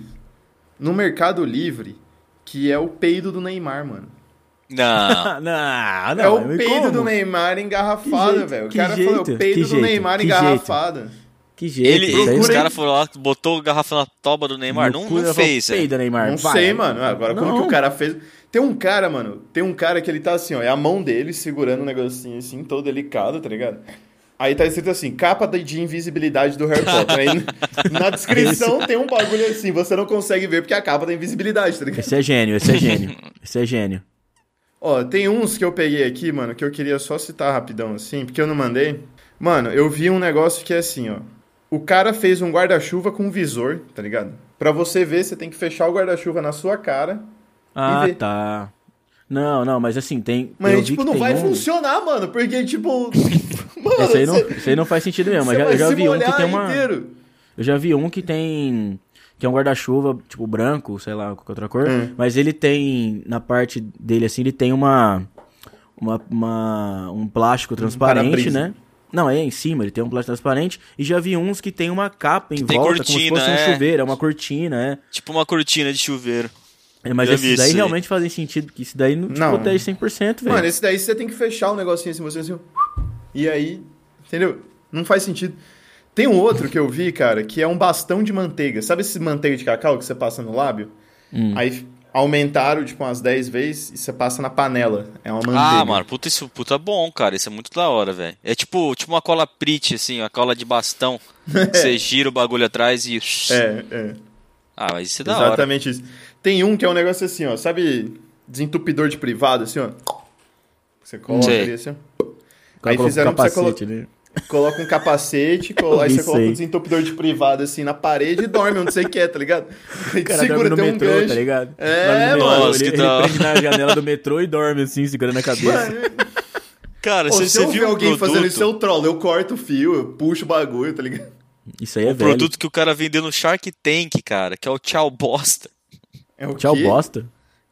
Speaker 1: no Mercado Livre que é o peido do Neymar, mano.
Speaker 4: Não.
Speaker 3: Ah, não, não.
Speaker 1: é o
Speaker 3: mas
Speaker 1: peido
Speaker 3: como?
Speaker 1: do Neymar
Speaker 3: Que
Speaker 1: engarrafado,
Speaker 3: jeito,
Speaker 1: velho. O
Speaker 3: que
Speaker 1: cara falou, é
Speaker 3: jeito,
Speaker 1: o peido
Speaker 3: que
Speaker 1: do
Speaker 3: jeito,
Speaker 1: Neymar
Speaker 3: que
Speaker 1: engarrafado.
Speaker 3: Que jeito.
Speaker 4: Ele,
Speaker 3: isso aí
Speaker 4: os
Speaker 3: é-
Speaker 4: caras foram lá, botou a garrafa na toba do Neymar. Não,
Speaker 3: Loucura,
Speaker 4: não fez, é.
Speaker 3: falou,
Speaker 4: velho.
Speaker 3: Peida, Neymar.
Speaker 1: Não
Speaker 3: vai.
Speaker 1: sei, mano. Agora, como
Speaker 3: Não.
Speaker 1: que o cara fez. Tem um cara, mano. Tem um cara que ele tá assim, ó. É a mão dele segurando um negocinho assim, todo delicado, tá ligado? Aí tá escrito assim, capa de- de invisibilidade do Harry Potter. Aí na descrição tem um bagulho assim, você não consegue ver porque é a capa da invisibilidade, tá ligado?
Speaker 3: Esse é gênio, esse é gênio. Esse é gênio.
Speaker 1: Ó, tem uns que eu peguei aqui, mano, que eu queria só citar rapidão, assim, porque eu não mandei. Mano, eu vi um negócio que é assim, ó. O cara fez um guarda-chuva com um visor, tá ligado? Pra você ver, você tem que fechar o guarda-chuva na sua cara.
Speaker 3: Ah,
Speaker 1: ver.
Speaker 3: tá. Não, não, mas assim, tem. eu
Speaker 1: Mas,
Speaker 3: vi
Speaker 1: tipo,
Speaker 3: que
Speaker 1: não
Speaker 3: tem
Speaker 1: vai
Speaker 3: um-
Speaker 1: funcionar, mano, porque, tipo. mano,
Speaker 3: Esse aí, não,
Speaker 1: você-
Speaker 3: esse aí não faz sentido mesmo, mas
Speaker 1: você
Speaker 3: já,
Speaker 1: vai
Speaker 3: eu já
Speaker 1: se
Speaker 3: vi um que
Speaker 1: molhar
Speaker 3: tem uma.
Speaker 1: inteiro.
Speaker 3: Eu já vi um que tem. Que é um guarda-chuva, tipo, branco, sei lá, qualquer outra cor.
Speaker 1: Hum.
Speaker 3: Mas ele tem. Na parte dele, assim, ele tem uma. uma, uma- um plástico transparente,
Speaker 1: para-brisa.
Speaker 3: né? Não, é em cima, ele tem um plástico transparente. E já vi uns que tem uma capa em
Speaker 4: tem
Speaker 3: volta,
Speaker 4: cortina,
Speaker 3: como se fosse um
Speaker 4: é.
Speaker 3: chuveiro, é uma cortina, é.
Speaker 4: Tipo uma cortina de chuveiro.
Speaker 3: É, Mas
Speaker 4: Já vi
Speaker 3: esses daí
Speaker 4: isso aí.
Speaker 3: realmente fazem sentido, porque isso daí não te
Speaker 1: Não.
Speaker 3: protege 100%, velho.
Speaker 1: Mano, esse daí você tem que fechar o negocinho assim, você assim. ó. E aí, entendeu? Não faz sentido. Tem um outro que eu vi, cara, que é um bastão de manteiga. Sabe esse manteiga de cacau que você passa no lábio?
Speaker 3: Hum.
Speaker 1: Aí aumentaram, tipo, umas 10 vezes e você passa na panela. É uma manteiga.
Speaker 4: Ah, mano, puta, isso puta bom, cara. Isso é muito da hora, velho. É tipo, tipo uma cola prit, assim, uma cola de bastão. que Você gira o bagulho atrás e.
Speaker 1: É, é.
Speaker 4: Ah, mas isso é da hora.
Speaker 1: Exatamente isso. Tem um que é um negócio assim, ó. Sabe desentupidor de privado, assim, ó? Você coloca
Speaker 4: Sei.
Speaker 1: ali, assim, ó.
Speaker 3: O cara
Speaker 1: aí
Speaker 3: coloca um
Speaker 1: fizeram pra você
Speaker 3: capacete, né?
Speaker 1: Coloca um capacete, colo... aí
Speaker 3: vi
Speaker 1: você coloca
Speaker 3: isso
Speaker 1: um
Speaker 3: aí.
Speaker 1: desentupidor de privado assim na parede e dorme onde você quer, tá ligado? Aí
Speaker 3: O cara dorme no
Speaker 1: tem um
Speaker 3: metrô, tá ligado?
Speaker 1: É,
Speaker 3: Dorme no metrô,
Speaker 4: mano. um Nossa,
Speaker 3: Ele,
Speaker 4: que
Speaker 3: ele
Speaker 4: da hora.
Speaker 3: prende na janela do metrô e dorme assim, segurando a cabeça.
Speaker 4: Cara,
Speaker 1: Pô,
Speaker 4: se
Speaker 1: se
Speaker 4: você
Speaker 1: eu ver
Speaker 4: viu um
Speaker 1: alguém fazendo
Speaker 4: produto,
Speaker 1: isso, eu trollo. Eu corto o fio, eu puxo o bagulho, tá ligado?
Speaker 3: Isso aí é
Speaker 4: um
Speaker 3: velho.
Speaker 4: produto que o cara vendeu no Shark Tank, cara, que é o Tchau Bosta.
Speaker 1: É o
Speaker 3: Tchau,
Speaker 1: quê?
Speaker 3: bosta.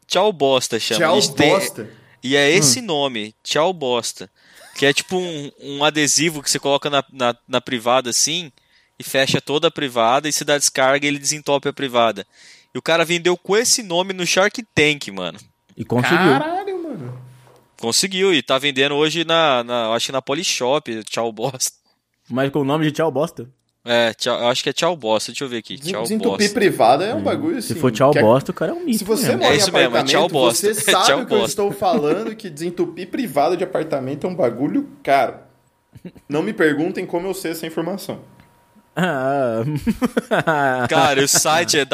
Speaker 4: Tchau Bosta chama.
Speaker 1: Tchau,
Speaker 4: A gente tem-
Speaker 1: bosta.
Speaker 4: E é esse nome, Tchau Bosta. Que é tipo um, um adesivo que você coloca na, na, na privada assim e fecha toda a privada e se dá descarga e ele desentope a privada. E o cara vendeu com esse nome no Shark Tank, mano.
Speaker 3: E conseguiu.
Speaker 1: Caralho, mano.
Speaker 4: Conseguiu e tá vendendo hoje na, na acho que na Polishop, Tchau Bosta.
Speaker 3: Mas com o nome de tchau, bosta.
Speaker 4: É, tchau, eu acho que é Tchau Bosta, deixa eu ver aqui. Tchau
Speaker 1: Desentupir
Speaker 4: Bosta.
Speaker 1: privado é um bagulho assim.
Speaker 3: Se for tchau,
Speaker 1: que é-
Speaker 3: bosta, o cara é um mito.
Speaker 1: Se você
Speaker 3: mesmo.
Speaker 1: mora
Speaker 4: É
Speaker 1: em
Speaker 4: isso mesmo, é
Speaker 1: apartamento,
Speaker 4: tchau, bosta.
Speaker 1: você sabe
Speaker 4: Tchau,
Speaker 1: o que eu
Speaker 4: bosta.
Speaker 1: estou falando, que desentupir privado de apartamento é um bagulho caro. Não me perguntem como eu sei essa informação.
Speaker 3: Ah,
Speaker 4: Cara, o site é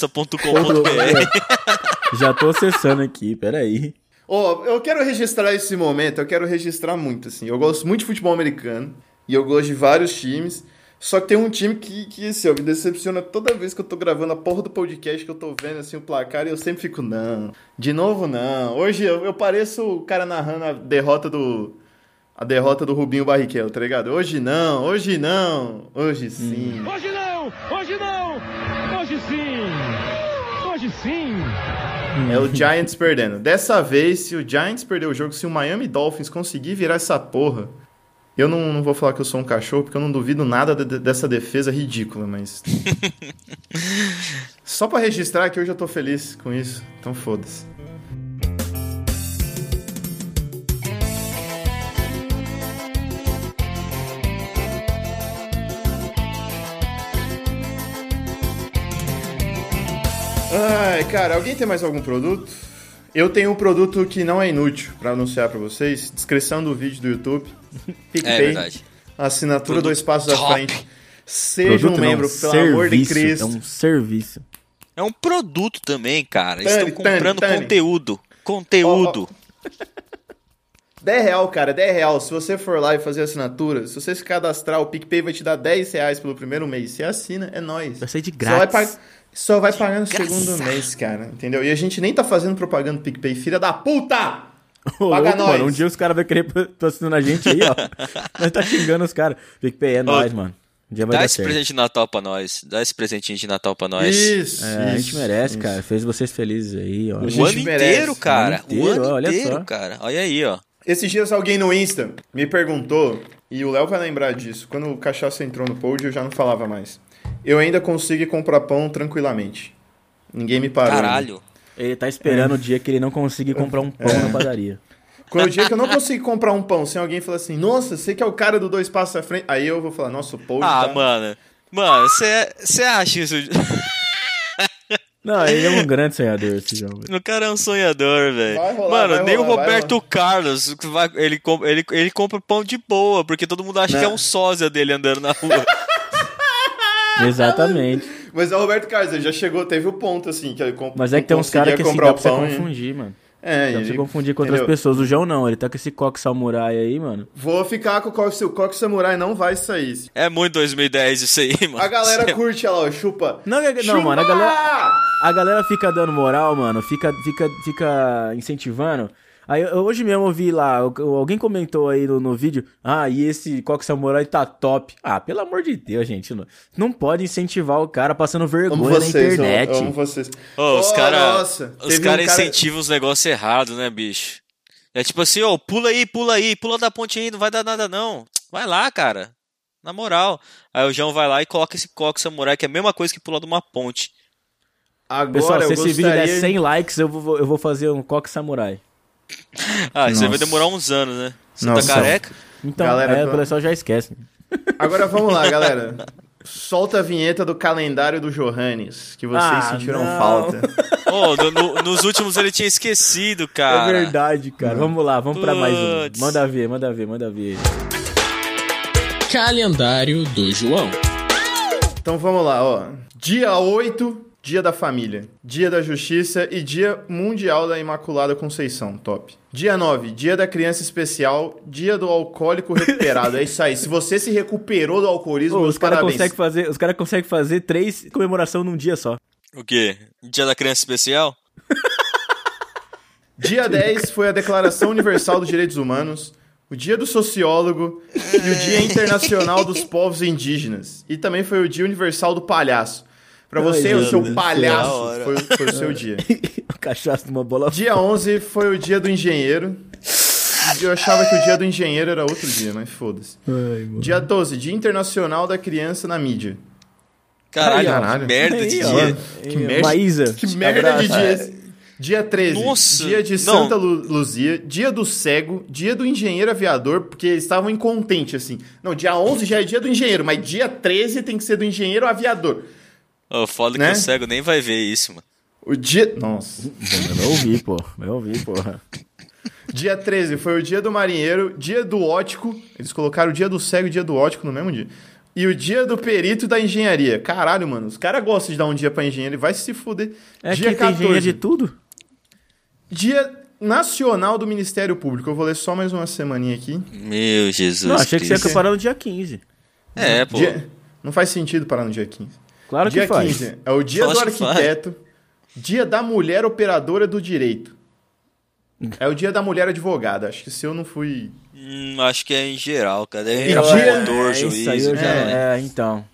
Speaker 4: www.tchaubosta.com.br.
Speaker 3: já tô acessando aqui, peraí.
Speaker 1: Ó, eu quero registrar esse momento, eu quero registrar muito, assim. Eu gosto muito de futebol americano e eu gosto de vários times. Só que tem um time que, que assim, ó, me decepciona toda vez que eu tô gravando a porra do podcast, que eu tô vendo assim o placar, e eu sempre fico, não, de novo não. Hoje eu, eu pareço o cara narrando a derrota do. A derrota do Rubinho Barrichello, tá ligado? Hoje não, hoje não, hoje sim.
Speaker 5: Hoje não! Hoje não! Hoje sim! Hoje sim!
Speaker 1: É o Giants perdendo. Dessa vez, se o Giants perder o jogo, se o Miami Dolphins conseguir virar essa porra, eu não, não vou falar que eu sou um cachorro, porque eu não duvido nada de- dessa defesa ridícula, mas. Só pra registrar que hoje eu tô feliz com isso, então foda-se. Ai, cara, alguém tem mais algum produto? Eu tenho um produto que não é inútil pra anunciar pra vocês. Descrição do vídeo do YouTube. PicPay.
Speaker 4: É verdade.
Speaker 1: Assinatura
Speaker 4: Produto
Speaker 1: dois passos à
Speaker 4: top.
Speaker 1: frente. Seja um
Speaker 3: não,
Speaker 1: membro, pelo amor de
Speaker 3: serviço,
Speaker 1: Cristo.
Speaker 3: É um serviço.
Speaker 4: É um produto também, cara. Eles
Speaker 1: Tani,
Speaker 4: estão comprando
Speaker 1: Tani, Tani.
Speaker 4: conteúdo. Conteúdo.
Speaker 1: Ó, 10 real, cara, 10 real. Se você for lá e fazer assinatura, se você se cadastrar, o PicPay vai te dar 10 reais pelo primeiro mês. Você assina, é nóis.
Speaker 3: Vai sair de
Speaker 1: Só vai,
Speaker 3: grátis.
Speaker 1: pag- só vai pagar no
Speaker 4: graça.
Speaker 1: segundo mês, cara, entendeu? E a gente nem tá fazendo propaganda do PicPay, filha da puta!
Speaker 3: Ô,
Speaker 1: Paga
Speaker 3: louco, mano,
Speaker 1: nós.
Speaker 3: um dia os caras vão querer patrocinando a gente aí, ó. Nós tá xingando os caras. PicPay é nóis, mano. Um dia vai
Speaker 4: Dá
Speaker 3: dar
Speaker 4: esse
Speaker 3: certo.
Speaker 4: presente de Natal pra nós. Dá esse presentinho de Natal pra nós.
Speaker 1: Isso,
Speaker 3: É, a gente
Speaker 1: isso,
Speaker 3: merece,
Speaker 1: isso.
Speaker 3: cara. Fez vocês felizes aí, ó.
Speaker 1: A gente
Speaker 4: O ano
Speaker 1: merece.
Speaker 4: inteiro, cara.
Speaker 3: O ano
Speaker 4: O ano
Speaker 3: inteiro, olha
Speaker 4: inteiro,
Speaker 3: só.
Speaker 4: cara. Olha aí, ó.
Speaker 1: Esses dias alguém no Insta me perguntou, e o Léo vai lembrar disso, quando o Cachaça entrou no pod eu já não falava mais. Eu ainda consigo comprar pão tranquilamente. Ninguém me parou. né?
Speaker 4: Caralho.
Speaker 3: Ele tá esperando
Speaker 1: É.
Speaker 3: o dia que ele não conseguir comprar um pão na padaria.
Speaker 1: Quando o dia que eu não consigo comprar um pão sem alguém falar assim, nossa, você que é o cara do dois passos à frente. Aí eu vou falar, nossa, o Paul.
Speaker 4: Ah,
Speaker 1: tá-
Speaker 4: mano. Mano, você acha isso?
Speaker 3: Não, ele é um grande sonhador, esse João. velho.
Speaker 4: O cara é um sonhador, velho.
Speaker 1: Vai rolar,
Speaker 4: Mano,
Speaker 1: vai
Speaker 4: nem o
Speaker 1: rolar, vai
Speaker 4: Roberto Carlos, que vai- ele, com- ele, ele compra pão de boa, porque todo mundo acha que é um sósia dele andando na rua.
Speaker 3: Exatamente.
Speaker 1: Mas é o Roberto Carlos, ele já chegou, teve o ponto, assim, que ele comprou.
Speaker 3: Mas é que tem uns caras que assim, dá pra você confundir, mano.
Speaker 1: É,
Speaker 3: Pra você
Speaker 1: ele-
Speaker 3: confundir com outras
Speaker 1: entendeu?
Speaker 3: pessoas. O João não, ele tá com esse coque samurai aí, mano.
Speaker 1: Vou ficar com o Coque, o Coque Samurai não vai sair.
Speaker 4: É muito 2010 isso aí, mano. é
Speaker 1: A galera
Speaker 4: Cê-
Speaker 1: curte ela, ó, chupa.
Speaker 3: Não, não,
Speaker 1: Chupa!
Speaker 3: mano, a galera- A galera fica dando moral, mano, fica, fica, fica incentivando. Aí eu- hoje mesmo eu vi lá, al- alguém comentou aí no, no vídeo, ah, e esse Coque Samurai tá top. Ah, pelo amor de Deus, gente, não, não pode incentivar o cara passando
Speaker 1: Amo
Speaker 3: vergonha na
Speaker 1: vocês, eu
Speaker 3: internet.
Speaker 1: amo vocês.
Speaker 4: Ô, os
Speaker 1: Oh,
Speaker 4: caras
Speaker 1: nossa,
Speaker 4: os
Speaker 1: teve um
Speaker 4: cara
Speaker 1: cara-
Speaker 4: incentivam os negócios errados, né, bicho? É tipo assim, ô, pula aí, pula aí, pula da ponte aí, não vai dar nada não. Vai lá, cara. Na moral. Aí o João vai lá e coloca esse coque samurai, que é a mesma coisa que pular de uma ponte.
Speaker 1: Agora
Speaker 3: Pessoal, se
Speaker 1: eu
Speaker 3: esse vídeo
Speaker 1: gostaria...
Speaker 3: der 100 likes, eu vou, eu vou fazer um Coque Samurai.
Speaker 4: Ah, isso aí vai
Speaker 1: Nossa.
Speaker 4: demorar uns anos, né? Você
Speaker 1: Nossa.
Speaker 4: tá careca?
Speaker 3: Então,
Speaker 1: Galera,
Speaker 3: é,
Speaker 1: tô-
Speaker 3: o pessoal já esquece.
Speaker 1: Agora vamos lá, galera. Solta a vinheta do calendário do Johannes, que vocês
Speaker 3: Ah,
Speaker 1: sentiram
Speaker 3: não.
Speaker 1: falta.
Speaker 4: Ô, no- no- nos últimos ele tinha esquecido, cara.
Speaker 3: É verdade, cara. Vamos lá, vamos pra mais
Speaker 4: Puts.
Speaker 3: um. Manda ver, manda ver, manda ver.
Speaker 6: Calendário do João.
Speaker 1: Então vamos lá, ó. Dia 8, dia da família. Dia da justiça e dia mundial da Imaculada Conceição. Top. Dia 9, dia da criança especial, dia do alcoólico recuperado. É isso aí. Se você se recuperou do alcoolismo,
Speaker 3: Ô,
Speaker 1: meus
Speaker 3: os caras
Speaker 1: parabéns.
Speaker 3: conseguem fazer, os cara consegue fazer três comemorações num dia só.
Speaker 4: O quê? Dia da criança especial?
Speaker 1: Dia 10 foi a Declaração Universal dos Direitos Humanos, o Dia do Sociólogo e o Dia Internacional dos Povos Indígenas. E também foi o Dia Universal do Palhaço. Pra você,
Speaker 3: Ai,
Speaker 1: o seu
Speaker 3: meu Deus,
Speaker 4: que da
Speaker 1: palhaço
Speaker 4: hora.
Speaker 1: foi, foi o seu dia.
Speaker 3: O cachaço numa bola.
Speaker 1: Dia 11 foi o Dia do Engenheiro. Eu achava que o Dia do Engenheiro era outro dia, mas foda-se.
Speaker 3: Ai, mano.
Speaker 1: Dia 12, Dia Internacional da Criança na Mídia.
Speaker 4: Caralho,
Speaker 1: Caralho.
Speaker 4: que merda de
Speaker 3: Aí, ó.
Speaker 4: dia.
Speaker 1: Que merda.
Speaker 3: Maísa.
Speaker 1: Que merda de
Speaker 3: abraço.
Speaker 1: dias. Dia 13,
Speaker 4: Nossa,
Speaker 1: dia de
Speaker 4: não.
Speaker 1: Santa Lu- Luzia, dia do cego, dia do engenheiro aviador, porque eles estavam incontentes, assim. Não, dia 11 já é dia do engenheiro, mas dia 13 tem que ser do engenheiro aviador.
Speaker 4: Ô, foda
Speaker 1: Né?
Speaker 4: que o cego nem vai ver isso, mano.
Speaker 1: O dia... Nossa.
Speaker 3: Eu não ouvi, pô. Eu não ouvi, porra.
Speaker 1: Dia 13 foi o dia do marinheiro, dia do ótico, eles colocaram o dia do cego e o dia do ótico no mesmo dia. E o dia do perito da engenharia. Caralho, mano, os caras gostam de dar um dia pra engenheiro, ele vai se fuder.
Speaker 3: É
Speaker 1: dia
Speaker 3: que tem engenharia de tudo?
Speaker 1: Dia Nacional do Ministério Público. Eu vou ler só mais uma semaninha aqui.
Speaker 4: Meu Jesus
Speaker 3: Não, achei que você
Speaker 4: Cristo.
Speaker 3: ia parar no dia 15.
Speaker 4: É, pô.
Speaker 1: Dia- Não faz sentido parar no dia 15.
Speaker 3: Claro
Speaker 1: dia
Speaker 3: que faz.
Speaker 1: 15 é o dia
Speaker 4: Lógico
Speaker 1: do
Speaker 4: que faz.
Speaker 1: arquiteto, dia da mulher operadora do direito. É o dia da mulher advogada. Acho que se eu não fui.
Speaker 4: Hum, acho que é em geral, cara. É em
Speaker 1: Em
Speaker 4: geral,
Speaker 1: dia-
Speaker 4: promotor,
Speaker 3: é,
Speaker 4: juiz.
Speaker 3: isso aí eu já
Speaker 4: né?
Speaker 3: é. então.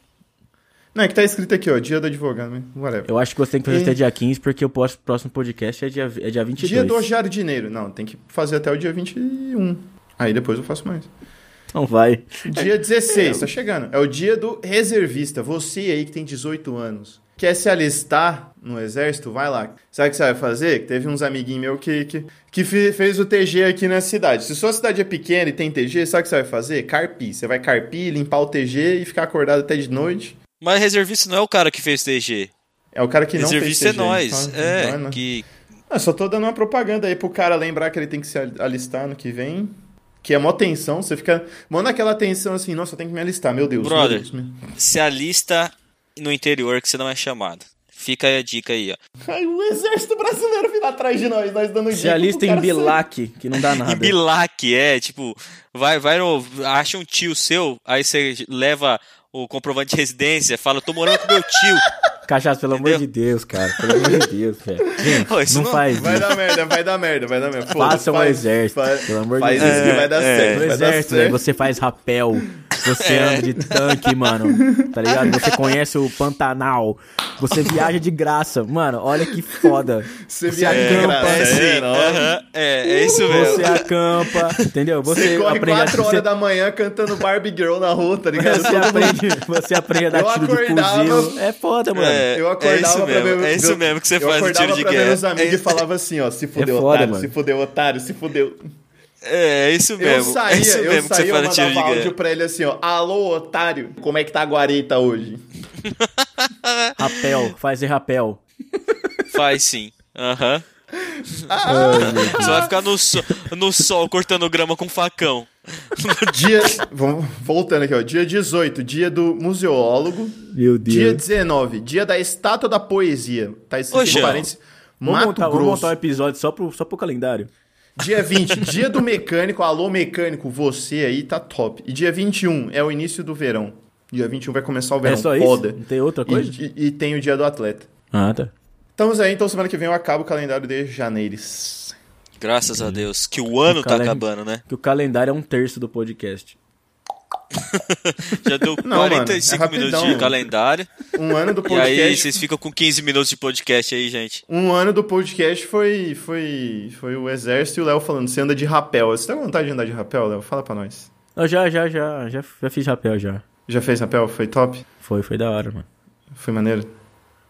Speaker 1: Não, é que tá escrito aqui, ó. Dia da advogada, né? Whatever.
Speaker 3: Eu acho que você tem que fazer
Speaker 1: E-
Speaker 3: até dia 15, porque o pós- próximo podcast é dia, é dia 22.
Speaker 1: Dia do jardineiro. Não, tem que fazer até o dia 21. Aí depois eu faço mais.
Speaker 3: Não vai.
Speaker 1: Dia 16, tá chegando. É o dia do reservista. Você aí que tem 18 anos, quer se alistar no exército, vai lá. Sabe o que você vai fazer? Teve uns amiguinhos meus que, que, que fe- fez o TG aqui na cidade. Se sua cidade é pequena e tem TG, sabe o que você vai fazer? Carpir. Você vai carpir, limpar o TG e ficar acordado até de noite.
Speaker 4: Mas reservista não é o cara que fez TG.
Speaker 1: É o cara que não
Speaker 4: reservista
Speaker 1: fez
Speaker 4: é
Speaker 1: TG,
Speaker 4: nós.
Speaker 1: então,
Speaker 4: é,
Speaker 1: não não.
Speaker 4: que.
Speaker 1: Ah, só tô dando uma propaganda aí pro cara lembrar que ele tem que se al- alistar no que vem. Que é mó tensão, você fica. Manda aquela tensão assim, nossa, eu tenho que me alistar, meu Deus.
Speaker 4: Brother.
Speaker 1: Meu Deus, meu...
Speaker 4: Se alista no interior que você não é chamado. Fica aí a dica aí, ó.
Speaker 1: Ai, o um exército brasileiro vindo atrás de nós, nós dando
Speaker 3: Se alista em Bilac, que não dá
Speaker 1: Ah,
Speaker 3: nada.
Speaker 4: Em Bilac, é, tipo, vai, vai no, acha um tio seu, aí você leva o comprovante de residência, fala, tô morando com meu tio.
Speaker 3: Cachaça, pelo amor de Deus, cara. Pelo amor de Deus, velho. Gente,
Speaker 4: Ô, isso
Speaker 3: não,
Speaker 4: não-
Speaker 3: faz isso.
Speaker 1: Vai dar merda, vai dar merda, vai dar merda. Foda-se,
Speaker 3: Faça um
Speaker 1: faz-
Speaker 3: exército,
Speaker 1: faz-
Speaker 3: pelo amor de
Speaker 1: faz
Speaker 3: Deus.
Speaker 1: isso que vai dar
Speaker 4: É,
Speaker 1: certo, né? É.
Speaker 4: é.
Speaker 3: No
Speaker 1: vai dar
Speaker 3: exército, velho,
Speaker 1: certo.
Speaker 3: você faz rapel, você anda de tanque, mano. Tá ligado? Você conhece o Pantanal, você viaja de graça. Mano, olha que foda.
Speaker 1: Você viaja de
Speaker 3: acampa,
Speaker 1: graça,
Speaker 4: É, sim,
Speaker 1: é, não.
Speaker 4: aham, é, é isso mesmo.
Speaker 3: Você acampa, entendeu? Você,
Speaker 1: Você corre 4
Speaker 3: aprende a
Speaker 1: horas
Speaker 3: você,
Speaker 1: da manhã cantando Barbie Girl na rua, tá ligado?
Speaker 3: você aprende, você aprende a dar
Speaker 1: Eu
Speaker 3: tiro de
Speaker 1: acordava-
Speaker 3: fuzil. É foda, mano.
Speaker 4: É,
Speaker 1: Eu acordava
Speaker 4: é isso
Speaker 1: pra
Speaker 4: mesmo,
Speaker 1: ver meus-
Speaker 4: é isso mesmo que você
Speaker 1: eu
Speaker 4: faz no
Speaker 1: acordava
Speaker 4: tiro de
Speaker 1: pra ver
Speaker 4: guerra.
Speaker 1: meus amigos
Speaker 4: É
Speaker 1: e falava assim, ó, se fudeu,
Speaker 3: foda,
Speaker 1: otário,
Speaker 3: mano.
Speaker 1: se fudeu, otário, se fudeu.
Speaker 4: É, é isso
Speaker 1: Eu
Speaker 4: mesmo.
Speaker 1: saía,
Speaker 4: é isso
Speaker 1: eu
Speaker 4: mesmo
Speaker 1: saía,
Speaker 4: que você
Speaker 1: eu
Speaker 4: faz no tiro
Speaker 1: mandava
Speaker 4: de guerra.
Speaker 1: áudio pra ele assim, ó, alô, otário, como é que tá a guarita hoje?
Speaker 3: Rapel, fazer rapel.
Speaker 4: Faz sim. Aham. Você vai ficar no, so- no sol cortando grama com facão.
Speaker 1: Dia. Vamos, voltando aqui, ó. Dia 18, dia do museólogo.
Speaker 3: Meu
Speaker 1: Dia
Speaker 3: Deus.
Speaker 1: 19, dia da estátua da poesia. Tá escrito
Speaker 4: Ô,
Speaker 1: em
Speaker 4: Jean.
Speaker 1: parênteses.
Speaker 3: Vamos
Speaker 1: Mato
Speaker 3: montar, vamos
Speaker 1: Grosso.
Speaker 3: montar um episódio só pro, só pro calendário.
Speaker 1: Dia 20, dia do mecânico. Alô, mecânico, você aí tá top. E dia 21 é o início do verão. Dia 21 vai começar o verão.
Speaker 3: é só isso?
Speaker 1: Foda.
Speaker 3: Não tem outra
Speaker 1: E-
Speaker 3: coisa?
Speaker 1: E, e tem o dia do atleta.
Speaker 3: Ah, tá.
Speaker 1: Estamos aí, então semana que vem eu acabo o calendário de janeiros.
Speaker 4: Graças a Deus. Que o ano
Speaker 3: O
Speaker 4: tá
Speaker 3: calen-
Speaker 4: acabando, né?
Speaker 3: Que o calendário é um terço do podcast.
Speaker 4: Já deu
Speaker 1: Não, mano, é
Speaker 4: 45 minutos de
Speaker 1: rapidão.
Speaker 4: calendário.
Speaker 1: Um ano do
Speaker 4: E aí
Speaker 1: podcast.
Speaker 4: vocês ficam com 15 minutos de podcast aí, gente.
Speaker 1: Um ano do podcast foi, foi, foi o Exército e o Léo falando: você anda de rapel. Você tá com vontade de andar de rapel, Léo? Fala pra nós.
Speaker 3: Eu já, já, já, já, já fiz rapel já.
Speaker 1: Já fez rapel? Foi top?
Speaker 3: Foi, foi da hora, mano.
Speaker 1: Foi maneiro?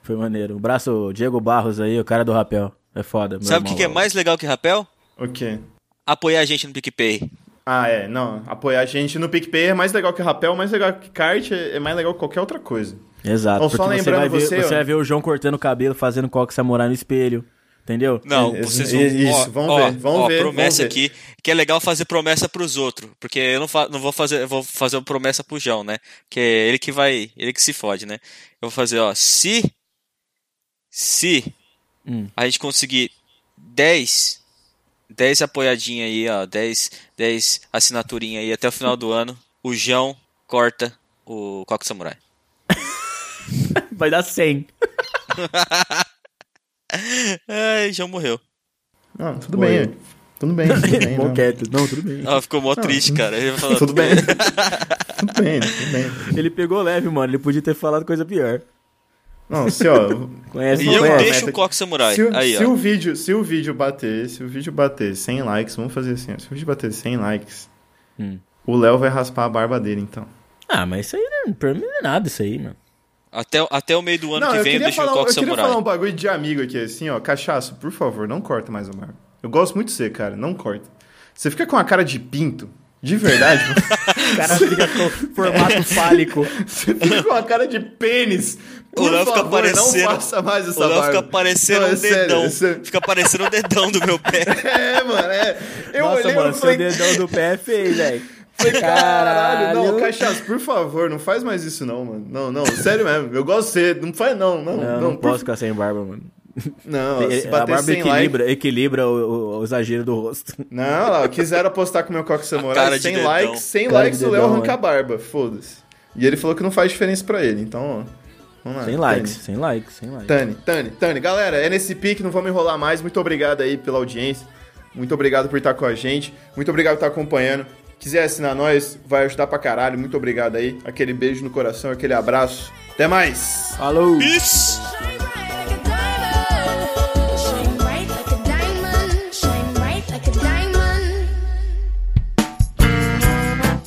Speaker 3: Foi maneiro. Um abraço, ao Diego Barros aí, o cara do rapel. É foda, meu
Speaker 4: Sabe o que,
Speaker 3: irmão.
Speaker 4: que é mais legal que rapel?
Speaker 1: O quê?
Speaker 4: Apoiar a gente no PicPay.
Speaker 1: Ah, é. Não, apoiar a gente no PicPay é mais legal que rapel, mais legal que kart, é é mais legal que qualquer outra coisa.
Speaker 3: Exato.
Speaker 1: Ó,
Speaker 3: porque
Speaker 1: só
Speaker 3: você
Speaker 1: lembrando
Speaker 3: vai, ver,
Speaker 1: você,
Speaker 3: você
Speaker 1: ó.
Speaker 3: vai ver o João cortando o cabelo, fazendo coque samurai no espelho. Entendeu?
Speaker 4: Não,
Speaker 1: É,
Speaker 4: vocês
Speaker 1: é,
Speaker 4: vão.
Speaker 1: isso,
Speaker 4: ó,
Speaker 1: vamos
Speaker 4: ó,
Speaker 1: ver, vamos
Speaker 4: ó,
Speaker 1: ver, vamos
Speaker 4: promessa
Speaker 1: ver.
Speaker 4: aqui, que é legal fazer promessa pros outros. Porque eu não, fa- não vou fazer, eu vou fazer uma promessa pro João, né? Porque é ele que vai, ele que se fode, né? Eu vou fazer, ó, se. Se
Speaker 3: Hum.
Speaker 4: a gente conseguir 10. 10 apoiadinha aí, ó, 10, 10 assinaturinha aí até o final do ano, o João corta o Coque Samurai.
Speaker 3: Vai dar 100.
Speaker 4: Ai, João morreu.
Speaker 1: Não, tudo
Speaker 3: Foi.
Speaker 1: bem. Tudo bem, tudo bem.
Speaker 3: Bom
Speaker 1: não.
Speaker 3: quieto. Não, tudo bem.
Speaker 4: Ela ficou mó triste, cara. Ele falou,
Speaker 1: Tudo bem. tudo bem, tudo bem.
Speaker 3: Ele pegou leve, mano. Ele podia ter falado coisa pior.
Speaker 1: Não, se ó.
Speaker 3: Conhece,
Speaker 4: E
Speaker 3: não
Speaker 4: eu
Speaker 1: Ué,
Speaker 3: conhece?
Speaker 4: deixo
Speaker 1: meta-
Speaker 4: o Coque Samurai.
Speaker 1: Se, o-
Speaker 4: aí,
Speaker 1: se
Speaker 4: ó.
Speaker 1: o vídeo, se o vídeo bater, se o vídeo bater 100 likes, vamos fazer assim, ó, se o vídeo bater 100 likes,
Speaker 3: Hum.
Speaker 1: o Léo vai raspar a barba dele, então.
Speaker 3: Ah, mas isso aí, não, pra mim não é nada isso aí, mano.
Speaker 4: Até, até o meio do ano
Speaker 1: não,
Speaker 4: que
Speaker 1: eu
Speaker 4: vem eu
Speaker 1: queria,
Speaker 4: deixo o
Speaker 1: falar, eu
Speaker 4: Coque
Speaker 1: queria
Speaker 4: Samurai.
Speaker 1: falar um bagulho de amigo aqui, assim, ó, cachaço, por favor, não corta mais a barba. Eu gosto muito de você, cara, não corta. Você fica com a cara de pinto, de verdade, mano.
Speaker 3: O cara fica com formato fálico.
Speaker 1: Você fica com a cara de pênis.
Speaker 4: O
Speaker 1: Por
Speaker 4: Léo fica
Speaker 1: favor,
Speaker 4: parecendo-
Speaker 1: não faça mais essa
Speaker 4: O Léo
Speaker 1: barba.
Speaker 4: fica parecendo
Speaker 1: Não, é
Speaker 4: um
Speaker 1: sério,
Speaker 4: dedão.
Speaker 1: é sério.
Speaker 4: Fica parecendo o dedão do meu pé.
Speaker 1: É, mano, é. Eu
Speaker 3: Nossa,
Speaker 1: olhei
Speaker 3: mano,
Speaker 1: e
Speaker 3: seu
Speaker 1: falei,
Speaker 3: dedão do pé é feio, velho.
Speaker 1: Falei, caralho, não, cachaça, por favor, não faz mais isso não, mano. Não, não, sério mesmo, eu gosto de você, não faz não, não,
Speaker 3: Não,
Speaker 1: não,
Speaker 3: eu não
Speaker 1: por-
Speaker 3: posso ficar sem barba, mano.
Speaker 1: Não, se
Speaker 3: a
Speaker 1: bater
Speaker 3: barba
Speaker 1: 100 likes...
Speaker 3: equilibra, equilibra o, o- o exagero do rosto.
Speaker 1: Não, lá, quiseram apostar com o meu coque
Speaker 4: cara
Speaker 1: samurai,
Speaker 4: de
Speaker 1: 100
Speaker 4: dedão.
Speaker 1: likes, 100
Speaker 3: Cara de
Speaker 1: likes o Léo
Speaker 3: dedão,
Speaker 1: arranca
Speaker 3: é.
Speaker 1: a barba, foda-se. E ele falou que não faz diferença pra ele, então, ó, vamos lá.
Speaker 3: Sem
Speaker 1: Tane.
Speaker 3: likes, sem likes, sem likes.
Speaker 1: Tani, Tani, Tani. Galera, é nesse pique, não vamos enrolar mais. Muito obrigado aí pela audiência. Muito obrigado por estar com a gente. Muito obrigado por estar acompanhando. Quiser assinar nós, vai ajudar pra caralho. Muito obrigado aí. Aquele beijo no coração, aquele abraço. Até mais!
Speaker 3: Falou!
Speaker 4: Isso!
Speaker 2: Shine bright like a diamond. Shine bright like a diamond. Shine bright like a diamond.